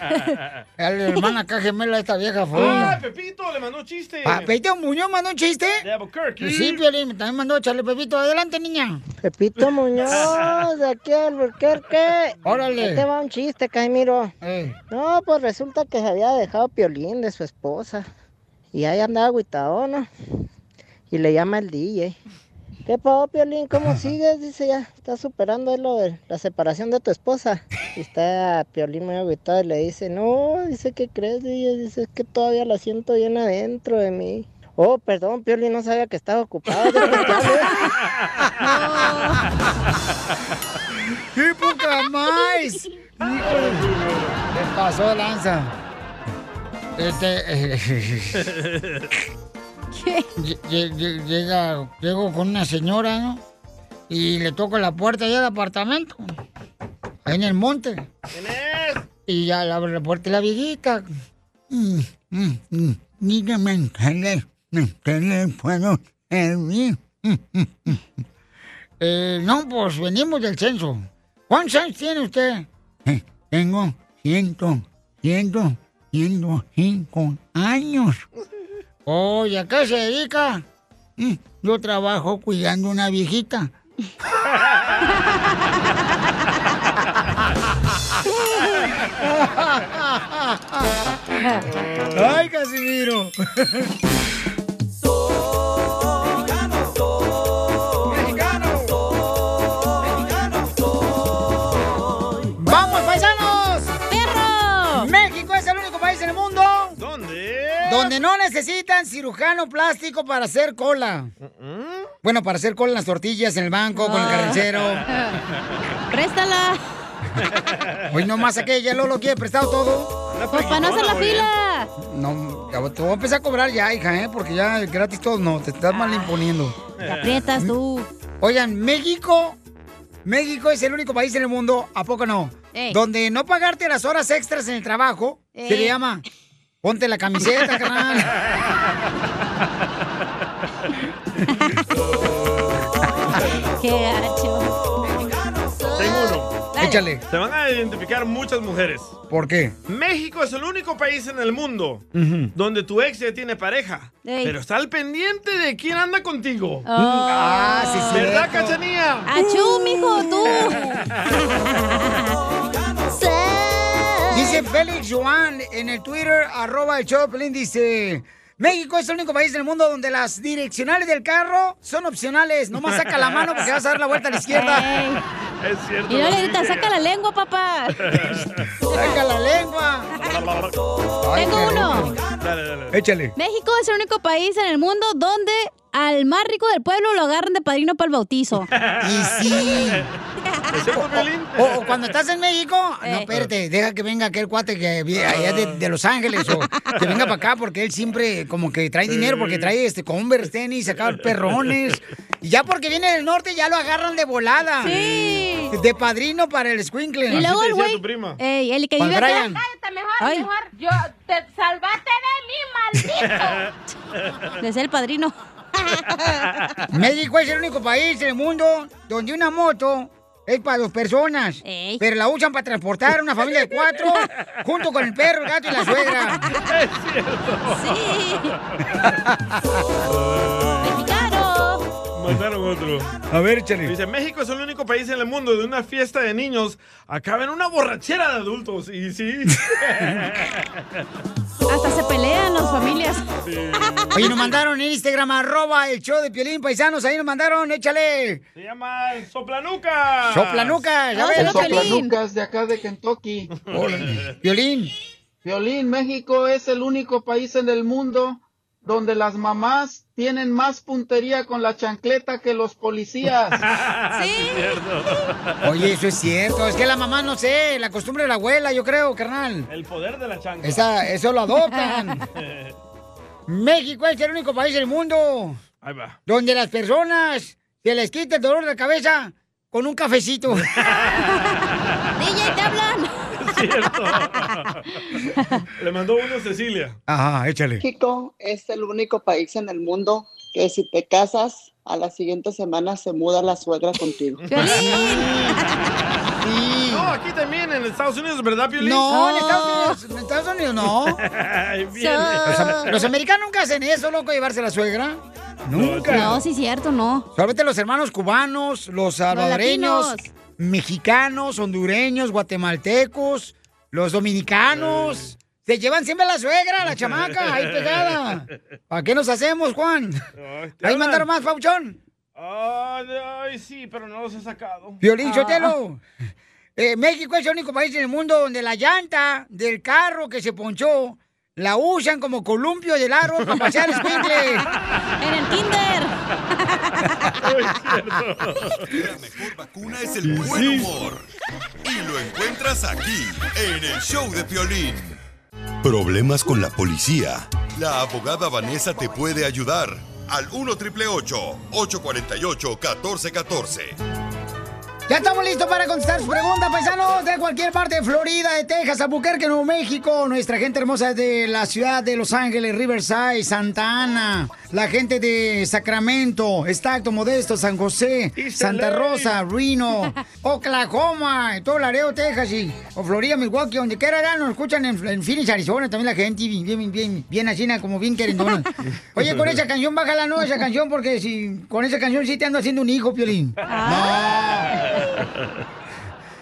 Speaker 2: A La hermana acá gemela de esta vieja fue.
Speaker 3: ¡Ah, Pepito! Le mandó chiste.
Speaker 2: Ah, Pepito Muñoz mandó un chiste.
Speaker 3: De Albuquerque.
Speaker 2: Sí, Piolín, también mandó echarle Pepito. Adelante, niña.
Speaker 18: Pepito Muñoz, de aquí al Burquerque.
Speaker 2: Órale.
Speaker 18: Ahí te va un chiste, Caimiro. No, pues resulta que se había dejado Piolín de su esposa. Y ahí andaba agüitado, ¿no? Y le llama el DJ. ¿Qué pasó, Piolín? ¿Cómo sigues? Dice ya, estás superando ahí lo de la separación de tu esposa. Y está Piolín muy agüitado y le dice, no, dice, ¿qué crees? Dice, dice, es que todavía la siento bien adentro de mí. Oh, perdón, Piolín, no sabía que estaba ocupado.
Speaker 2: ¡Qué poca más! Le pasó lanza. Este. eh, lle- lle- lle- Llega, llego con una señora, ¿no? Y le toco la puerta allá del apartamento. Ahí en el monte. Y ya le abre la puerta y la viejita. Mm, mm, mm. Dígame en qué le- en qué le puedo servir. Mm, mm, mm. Eh, no, pues venimos del censo. ¿Cuántos años tiene usted? Eh, tengo ciento, ciento, ciento cinco años. Oye, ¿a qué se dedica? "Mm, Yo trabajo cuidando una viejita. ¡Ay, Casimiro! ¡Vamos, paisanos! ¡Perro! México es el único país en el mundo
Speaker 3: ¿Dónde?
Speaker 2: donde no necesitan cirujano plástico para hacer cola. Bueno, para hacer cola en las tortillas, en el banco, con el carnicero. Ah. Préstala. Hoy nomás aquella, Lolo, quiere prestado todo.
Speaker 4: Pues para no hacer la fila.
Speaker 2: No, ya te voy a empezar a cobrar ya, hija, ¿eh? porque ya gratis todo no, te estás mal imponiendo.
Speaker 4: te aprietas
Speaker 2: tú. Oigan, México, México es el único país en el mundo, ¿a poco no?
Speaker 4: Ey.
Speaker 2: Donde no pagarte las horas extras en el trabajo, se le
Speaker 4: Ey.
Speaker 2: llama, ponte la camiseta, carnal.
Speaker 4: Qué hacho.
Speaker 3: Tengo uno.
Speaker 4: Dale. Échale.
Speaker 3: Se van a identificar muchas mujeres.
Speaker 2: ¿Por qué?
Speaker 3: México es el único país en el mundo donde tu ex ya tiene pareja,
Speaker 2: Ey.
Speaker 3: pero está al pendiente de quién anda contigo.
Speaker 4: Oh. Ah, sí, sí.
Speaker 3: ¿Verdad, Cachanía?
Speaker 4: Achú, mijo, tú.
Speaker 2: Dice Félix Joan en el Twitter, arroba el show de Pelín, dice... México es el único país del mundo donde las direccionales del carro son opcionales. Nomás saca la mano porque vas a dar la vuelta a la izquierda.
Speaker 3: Es cierto.
Speaker 4: Y no
Speaker 3: lo
Speaker 4: le
Speaker 3: que
Speaker 4: gritas,
Speaker 3: dice.
Speaker 4: saca la lengua, papá.
Speaker 2: Saca la lengua.
Speaker 4: Tengo uno.
Speaker 3: Dale, dale.
Speaker 2: Échale.
Speaker 4: México es el único país en el mundo donde al más rico del pueblo lo agarran de padrino para el bautizo.
Speaker 2: Y
Speaker 8: Pues
Speaker 2: sí. O, o cuando estás en México, no,
Speaker 4: Eh.
Speaker 2: espérate, deja que venga aquel cuate que vi- allá de, de Los Ángeles o que venga para acá porque él siempre como que trae dinero porque trae este Converse, tenis, acá perrones. Y ya porque viene del norte ya lo agarran de volada.
Speaker 4: Sí.
Speaker 2: De padrino para el squinkle.
Speaker 4: Y luego el güey. Ey, el que
Speaker 2: Juan
Speaker 4: vive acá.
Speaker 2: Brian.
Speaker 4: Cállate mejor, mejor. Yo te salvaste de mí, De ser el padrino.
Speaker 2: México es el único país del mundo donde una moto es para dos personas, pero la usan para transportar a una familia de cuatro junto con el perro, el gato y la suegra. Es
Speaker 4: Sí. Mexicano.
Speaker 3: Mataron otro.
Speaker 1: A ver, échale.
Speaker 3: Dice, México es el único país en el mundo de una fiesta de niños acaba en una borrachera de adultos. Y sí.
Speaker 4: Hasta se pelean las familias.
Speaker 2: Oye, nos mandaron en Instagram, arroba el show de Piolín Paisanos, ahí nos mandaron, échale.
Speaker 3: Se llama el Soplanuca.
Speaker 2: Soplanucas, a ver.
Speaker 19: Ah, El soplanucas de acá de Kentucky.
Speaker 2: Violín.
Speaker 19: Violín, México es el único país en el mundo donde las mamás tienen más puntería con la chancleta que los policías.
Speaker 2: Oye, eso es cierto, es que la mamá, no sé, la costumbre de la abuela, yo creo, carnal.
Speaker 3: El poder de la chancla.
Speaker 2: Esa, eso lo adoptan. México es el único país del mundo
Speaker 3: Ahí va.
Speaker 2: donde las personas se les quita el dolor de cabeza con un cafecito.
Speaker 4: DJ, te hablan.
Speaker 3: Es cierto. Le mandó uno a Cecilia.
Speaker 2: Ajá, échale.
Speaker 19: México es el único país en el mundo que si te casas, a la siguiente semana se muda la suegra contigo.
Speaker 3: No, aquí también en Estados Unidos, ¿verdad, Piolín?
Speaker 2: No, en Estados Unidos, en Estados Unidos no.
Speaker 3: Ahí viene.
Speaker 2: Los, am- los americanos nunca hacen eso, loco, llevarse la suegra. Nunca.
Speaker 4: No, sí, cierto, no.
Speaker 2: Solamente los hermanos cubanos, los salvadoreños,
Speaker 4: latinos.
Speaker 2: mexicanos, hondureños, guatemaltecos, los dominicanos. Se llevan siempre a la suegra, a la chamaca, ahí pegada. ¿Para qué nos hacemos, Juan?
Speaker 3: Ay, te
Speaker 2: Ahí
Speaker 3: hablan.
Speaker 2: mandaron más, Pauchón.
Speaker 3: Ay, ay, sí, pero no los he sacado.
Speaker 2: Violín Chotelo. eh, México es el único país en el mundo donde la llanta del carro que se ponchó la usan como columpio del árbol para pasear escuincle. En el
Speaker 7: La mejor vacuna es el buen humor. Y lo encuentras aquí, en el show de Piolín. Problemas con la policía. La abogada Vanessa te puede ayudar. Al 1 triple 848 1414.
Speaker 2: Ya estamos listos para contestar sus preguntas, paisanos, de cualquier parte de Florida, de Texas, Albuquerque, Nuevo México. Nuestra gente hermosa de la ciudad de Los Ángeles, Riverside, Santa Ana. La gente de Sacramento, Estacto, Modesto, San José, Santa Rosa, Reno, Oklahoma, en todo Laredo, Texas y o Florida, Milwaukee, donde quiera ya nos escuchan en, en Phoenix, Arizona, también la gente bien, bien, bien, bien así, como bien querendona. Oye, con esa canción, bájala, no, esa canción, porque si con esa canción sí te ando haciendo un hijo, Piolín.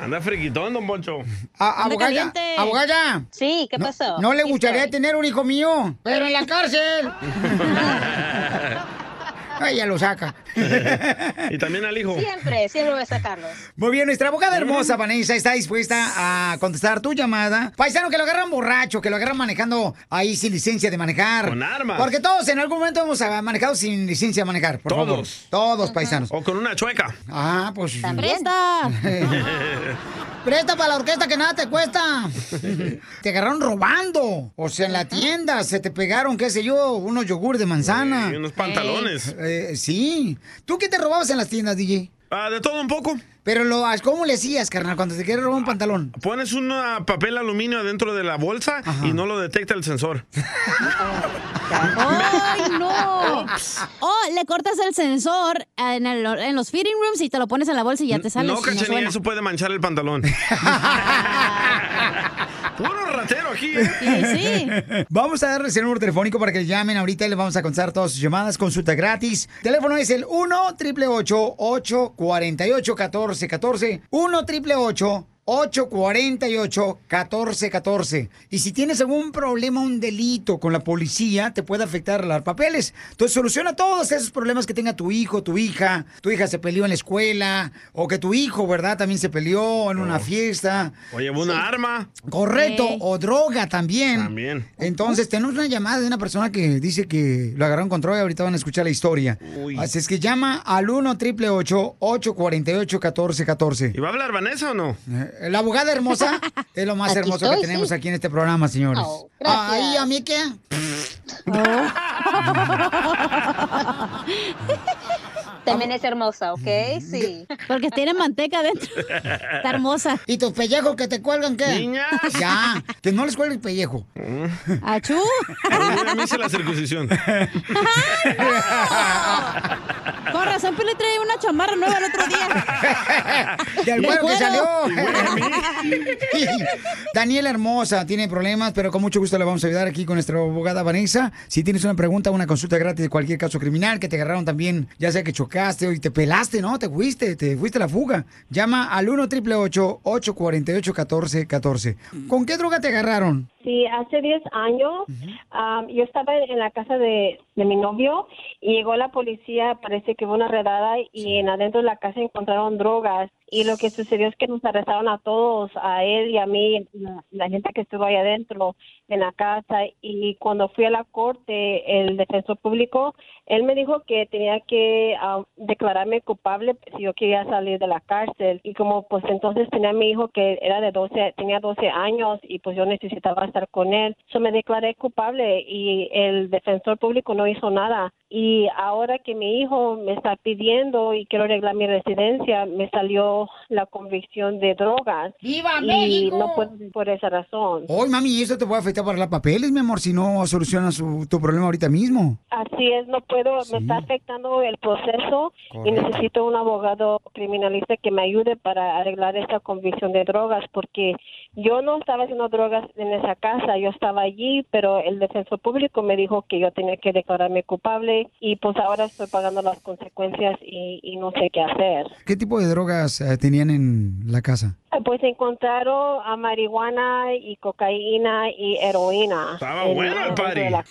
Speaker 3: Anda friquitón, don Poncho.
Speaker 2: A- Ah, abogada, abogada.
Speaker 23: Sí, ¿qué
Speaker 2: No-
Speaker 23: pasó?
Speaker 2: No, le
Speaker 23: Sí
Speaker 2: gustaría
Speaker 23: estoy.
Speaker 2: tener un hijo mío, pero en la cárcel. Ay, ya lo saca.
Speaker 3: y también al hijo.
Speaker 23: Siempre, siempre voy a sacarlos.
Speaker 2: Muy bien, nuestra abogada hermosa, Vanessa, está dispuesta a contestar tu llamada. Paisano, que lo agarran borracho, que lo agarran manejando ahí sin licencia de manejar.
Speaker 3: Con armas.
Speaker 2: Porque todos en algún momento hemos ah, manejado sin licencia de manejar, por favor.
Speaker 3: Todos.
Speaker 2: Todos, paisanos.
Speaker 3: O con una chueca.
Speaker 2: Ah, pues...
Speaker 4: Presta.
Speaker 2: Presta para la orquesta que nada te cuesta. Te agarraron robando. O sea, en la tienda se te pegaron, qué sé yo, unos yogur de manzana.
Speaker 3: Y unos pantalones.
Speaker 2: Eh, sí. ¿Tú qué te robabas en las tiendas, DJ?
Speaker 3: Ah, de todo un poco.
Speaker 2: Pero lo, ¿cómo le hacías, carnal, cuando te quieres robar un pantalón?
Speaker 3: Pones un ah, papel aluminio adentro de la bolsa y no lo detecta el sensor.
Speaker 4: ¡Ay, no! O le cortas el sensor en, el- en los fitting rooms y te lo pones en la bolsa y ya te sales.
Speaker 3: No,
Speaker 4: y no
Speaker 3: cachanilla,
Speaker 4: suena.
Speaker 3: eso puede manchar el pantalón. Puro ratero aquí, ¿eh?
Speaker 2: Vamos a darles el número telefónico para que llamen ahorita y les vamos a contestar todas sus llamadas. Consulta gratis. Teléfono es el 1 888 848 1414 1 888 848 1414 Y si tienes algún problema, un delito con la policía, te puede afectar los papeles. Entonces soluciona todos esos problemas que tenga tu hijo, tu hija. Tu hija se peleó en la escuela o que tu hijo, ¿verdad? También se peleó en una fiesta.
Speaker 3: O llevó una arma.
Speaker 2: Correcto,
Speaker 3: Sí.
Speaker 2: o droga también.
Speaker 3: También.
Speaker 2: Entonces, tenemos una llamada de una persona que dice que lo agarraron con droga y ahorita van a escuchar la historia.
Speaker 3: Uy.
Speaker 2: Así es que llama al 1 888 848 1414
Speaker 3: ¿Y va a hablar Vanessa o no?
Speaker 2: Eh, La abogada hermosa es lo más
Speaker 3: Aquí
Speaker 2: hermoso
Speaker 3: estoy,
Speaker 2: que tenemos
Speaker 3: sí. Oh,
Speaker 2: aquí en este programa, señores.
Speaker 23: Ay,
Speaker 2: ¿a mí qué?
Speaker 23: También es hermosa, ¿ok? Sí.
Speaker 4: Porque tiene manteca dentro. Está hermosa.
Speaker 2: ¿Y tus pellejos que te cuelgan qué? Ya, que no les cuelgue el pellejo.
Speaker 4: ¡Achú!
Speaker 3: A mí se la circuncisión.
Speaker 4: Con razón, pero le trae una chamarra nueva el otro día.
Speaker 2: Del güero que
Speaker 4: Del
Speaker 2: salió.
Speaker 4: güero.
Speaker 2: Daniela Hermosa tiene problemas, pero con mucho gusto le vamos a ayudar aquí con nuestra abogada Vanessa. Si tienes una pregunta, una consulta gratis de cualquier caso criminal que te agarraron también, ya sea que chocaste o y te pelaste, ¿no? Te fuiste, te fuiste a la fuga. Llama al 1 888 848 1414 ¿Con qué droga te agarraron?
Speaker 20: Sí, hace 10 años am, yo estaba en en la casa de, de mi novio y llegó la policía, parece que hubo una redada y en adentro de la casa encontraron drogas y lo que sucedió es que nos arrestaron a todos, a él y a mí, la, la gente que estuvo ahí adentro en la casa y cuando fui a la corte, el defensor público, él me dijo que tenía que am, declararme culpable si yo quería salir de la cárcel y como pues entonces tenía a mi hijo que era de 12, tenía 12 años y pues yo necesitaba estar con él. Yo me declaré culpable y el defensor público no hizo nada. Y ahora que mi hijo me está pidiendo y quiero arreglar mi residencia, me salió la convicción de drogas.
Speaker 2: ¡Viva
Speaker 20: y
Speaker 2: México!
Speaker 20: No puedo vivir por esa razón.
Speaker 2: Hoy, mami, eso te puede afectar para los papeles, mi amor, si no solucionas su- tu problema ahorita mismo.
Speaker 20: Así es, no puedo, me está afectando el proceso y
Speaker 2: Correcto.
Speaker 20: necesito un abogado criminalista que me ayude para arreglar esta convicción de drogas porque yo no estaba haciendo drogas en esa casa, yo estaba allí, pero el defensor público me dijo que yo tenía que declararme culpable y pues ahora estoy pagando las consecuencias y, y no sé qué hacer.
Speaker 2: ¿Qué tipo de drogas eh, tenían en la casa?
Speaker 20: Eh, Pues encontraron a marihuana y cocaína y heroína.
Speaker 3: Estaba
Speaker 20: En-
Speaker 3: Ah, bueno el
Speaker 20: dentro
Speaker 3: party.
Speaker 20: de la-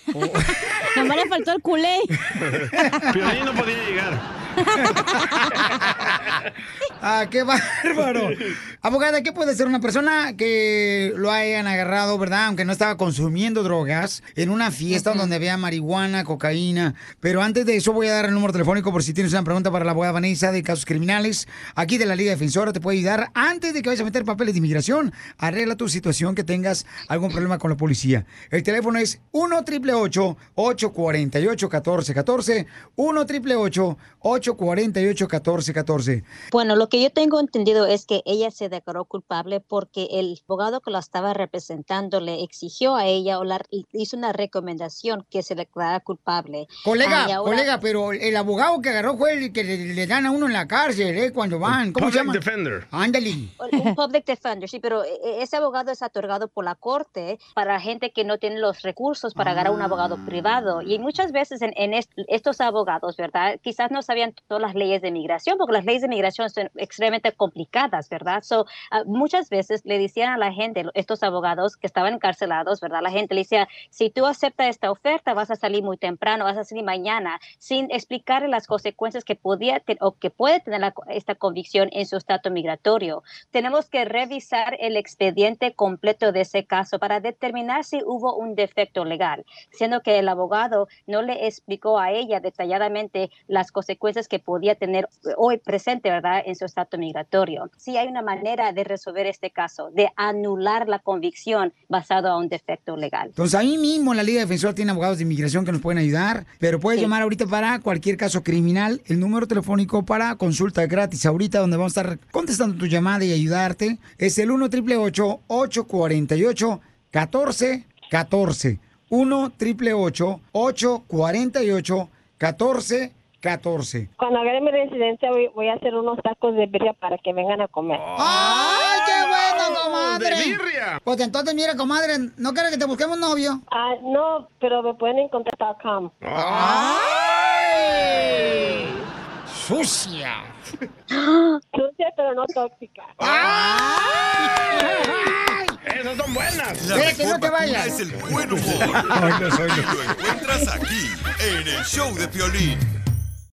Speaker 4: Nomás le faltó el culé.
Speaker 3: Piolín no podía llegar.
Speaker 2: Ah, qué bárbaro. Abogada, ¿qué puede ser una persona que lo hayan agarrado, verdad? Aunque no estaba consumiendo drogas, en una fiesta donde había marihuana, cocaína. Pero antes de eso voy a dar el número telefónico por si tienes una pregunta para la abogada Vanessa de casos criminales. Aquí de la Liga Defensora te puede ayudar antes de que vayas a meter papeles de inmigración. Arregla tu situación que tengas algún problema con la policía. El teléfono es 1 888 848 1414 1 888 848 1414
Speaker 23: Bueno, lo que yo tengo entendido es que ella se declaró culpable porque el abogado que la estaba representando le exigió a ella o la- hizo una recomendación que se declarara culpable.
Speaker 2: Colega,
Speaker 23: Ah, y ahora-
Speaker 2: colega, pero el abogado que agarró fue el que le, le dan a uno en la cárcel, ¿eh? Cuando van. ¿Cómo se llama?
Speaker 3: Public defender.
Speaker 2: Ándale.
Speaker 23: Un public defender, sí, pero e- e- ese abogado es otorgado por la corte para gente que no tiene los recursos para agarrar un abogado privado. Y muchas veces en, en est- estos abogados, ¿verdad? Quizás no sabían todas las leyes de migración, porque las leyes de migración son extremadamente complicadas, ¿verdad? So, ah, muchas veces le decían a la gente, lo- estos abogados que estaban encarcelados, ¿verdad? La gente le decía, si tú aceptas esta oferta, vas a salir muy temprano, vas a salir mañana, sin explicarle las consecuencias que podía te- o que puede tener la co- esta convicción en su estatus migratorio. Tenemos que revisar el expediente completo de ese caso para determinar si hubo un defecto legal, siendo que el abogado no le explicó a ella detalladamente las consecuencias que podía tener hoy presente, ¿verdad?, en su estatus migratorio. Sí hay una manera de resolver este caso, de anular la convicción basado a un defecto legal.
Speaker 2: Entonces ahí mismo en la Liga Defensora tiene abogados de inmigración que nos pueden ayudar, pero puedes llamar ahorita para cualquier caso criminal, el número telefónico para consulta gratis ahorita donde vamos a estar contestando tu llamada y ayudarte es el 1 888 848 1414 1 888 848 1414
Speaker 12: Cuando agarre mi residencia voy, voy a hacer unos tacos de birria para que vengan a comer.
Speaker 2: ¡Ay, qué bueno, comadre!
Speaker 12: de
Speaker 2: ¡Ah, Pues entonces, mira, comadre, ¿no quieres que te busquemos novio?
Speaker 12: Ah, no, pero me pueden encontrar .com.
Speaker 2: ¡Ay! ¡Sucia!
Speaker 12: Sucia, pero no tóxica.
Speaker 2: Ah,
Speaker 3: Esas son buenas.
Speaker 7: La mejor vacuna es el buen humor.
Speaker 3: Oilo,
Speaker 7: Y lo encuentras aquí, en el show de Piolín.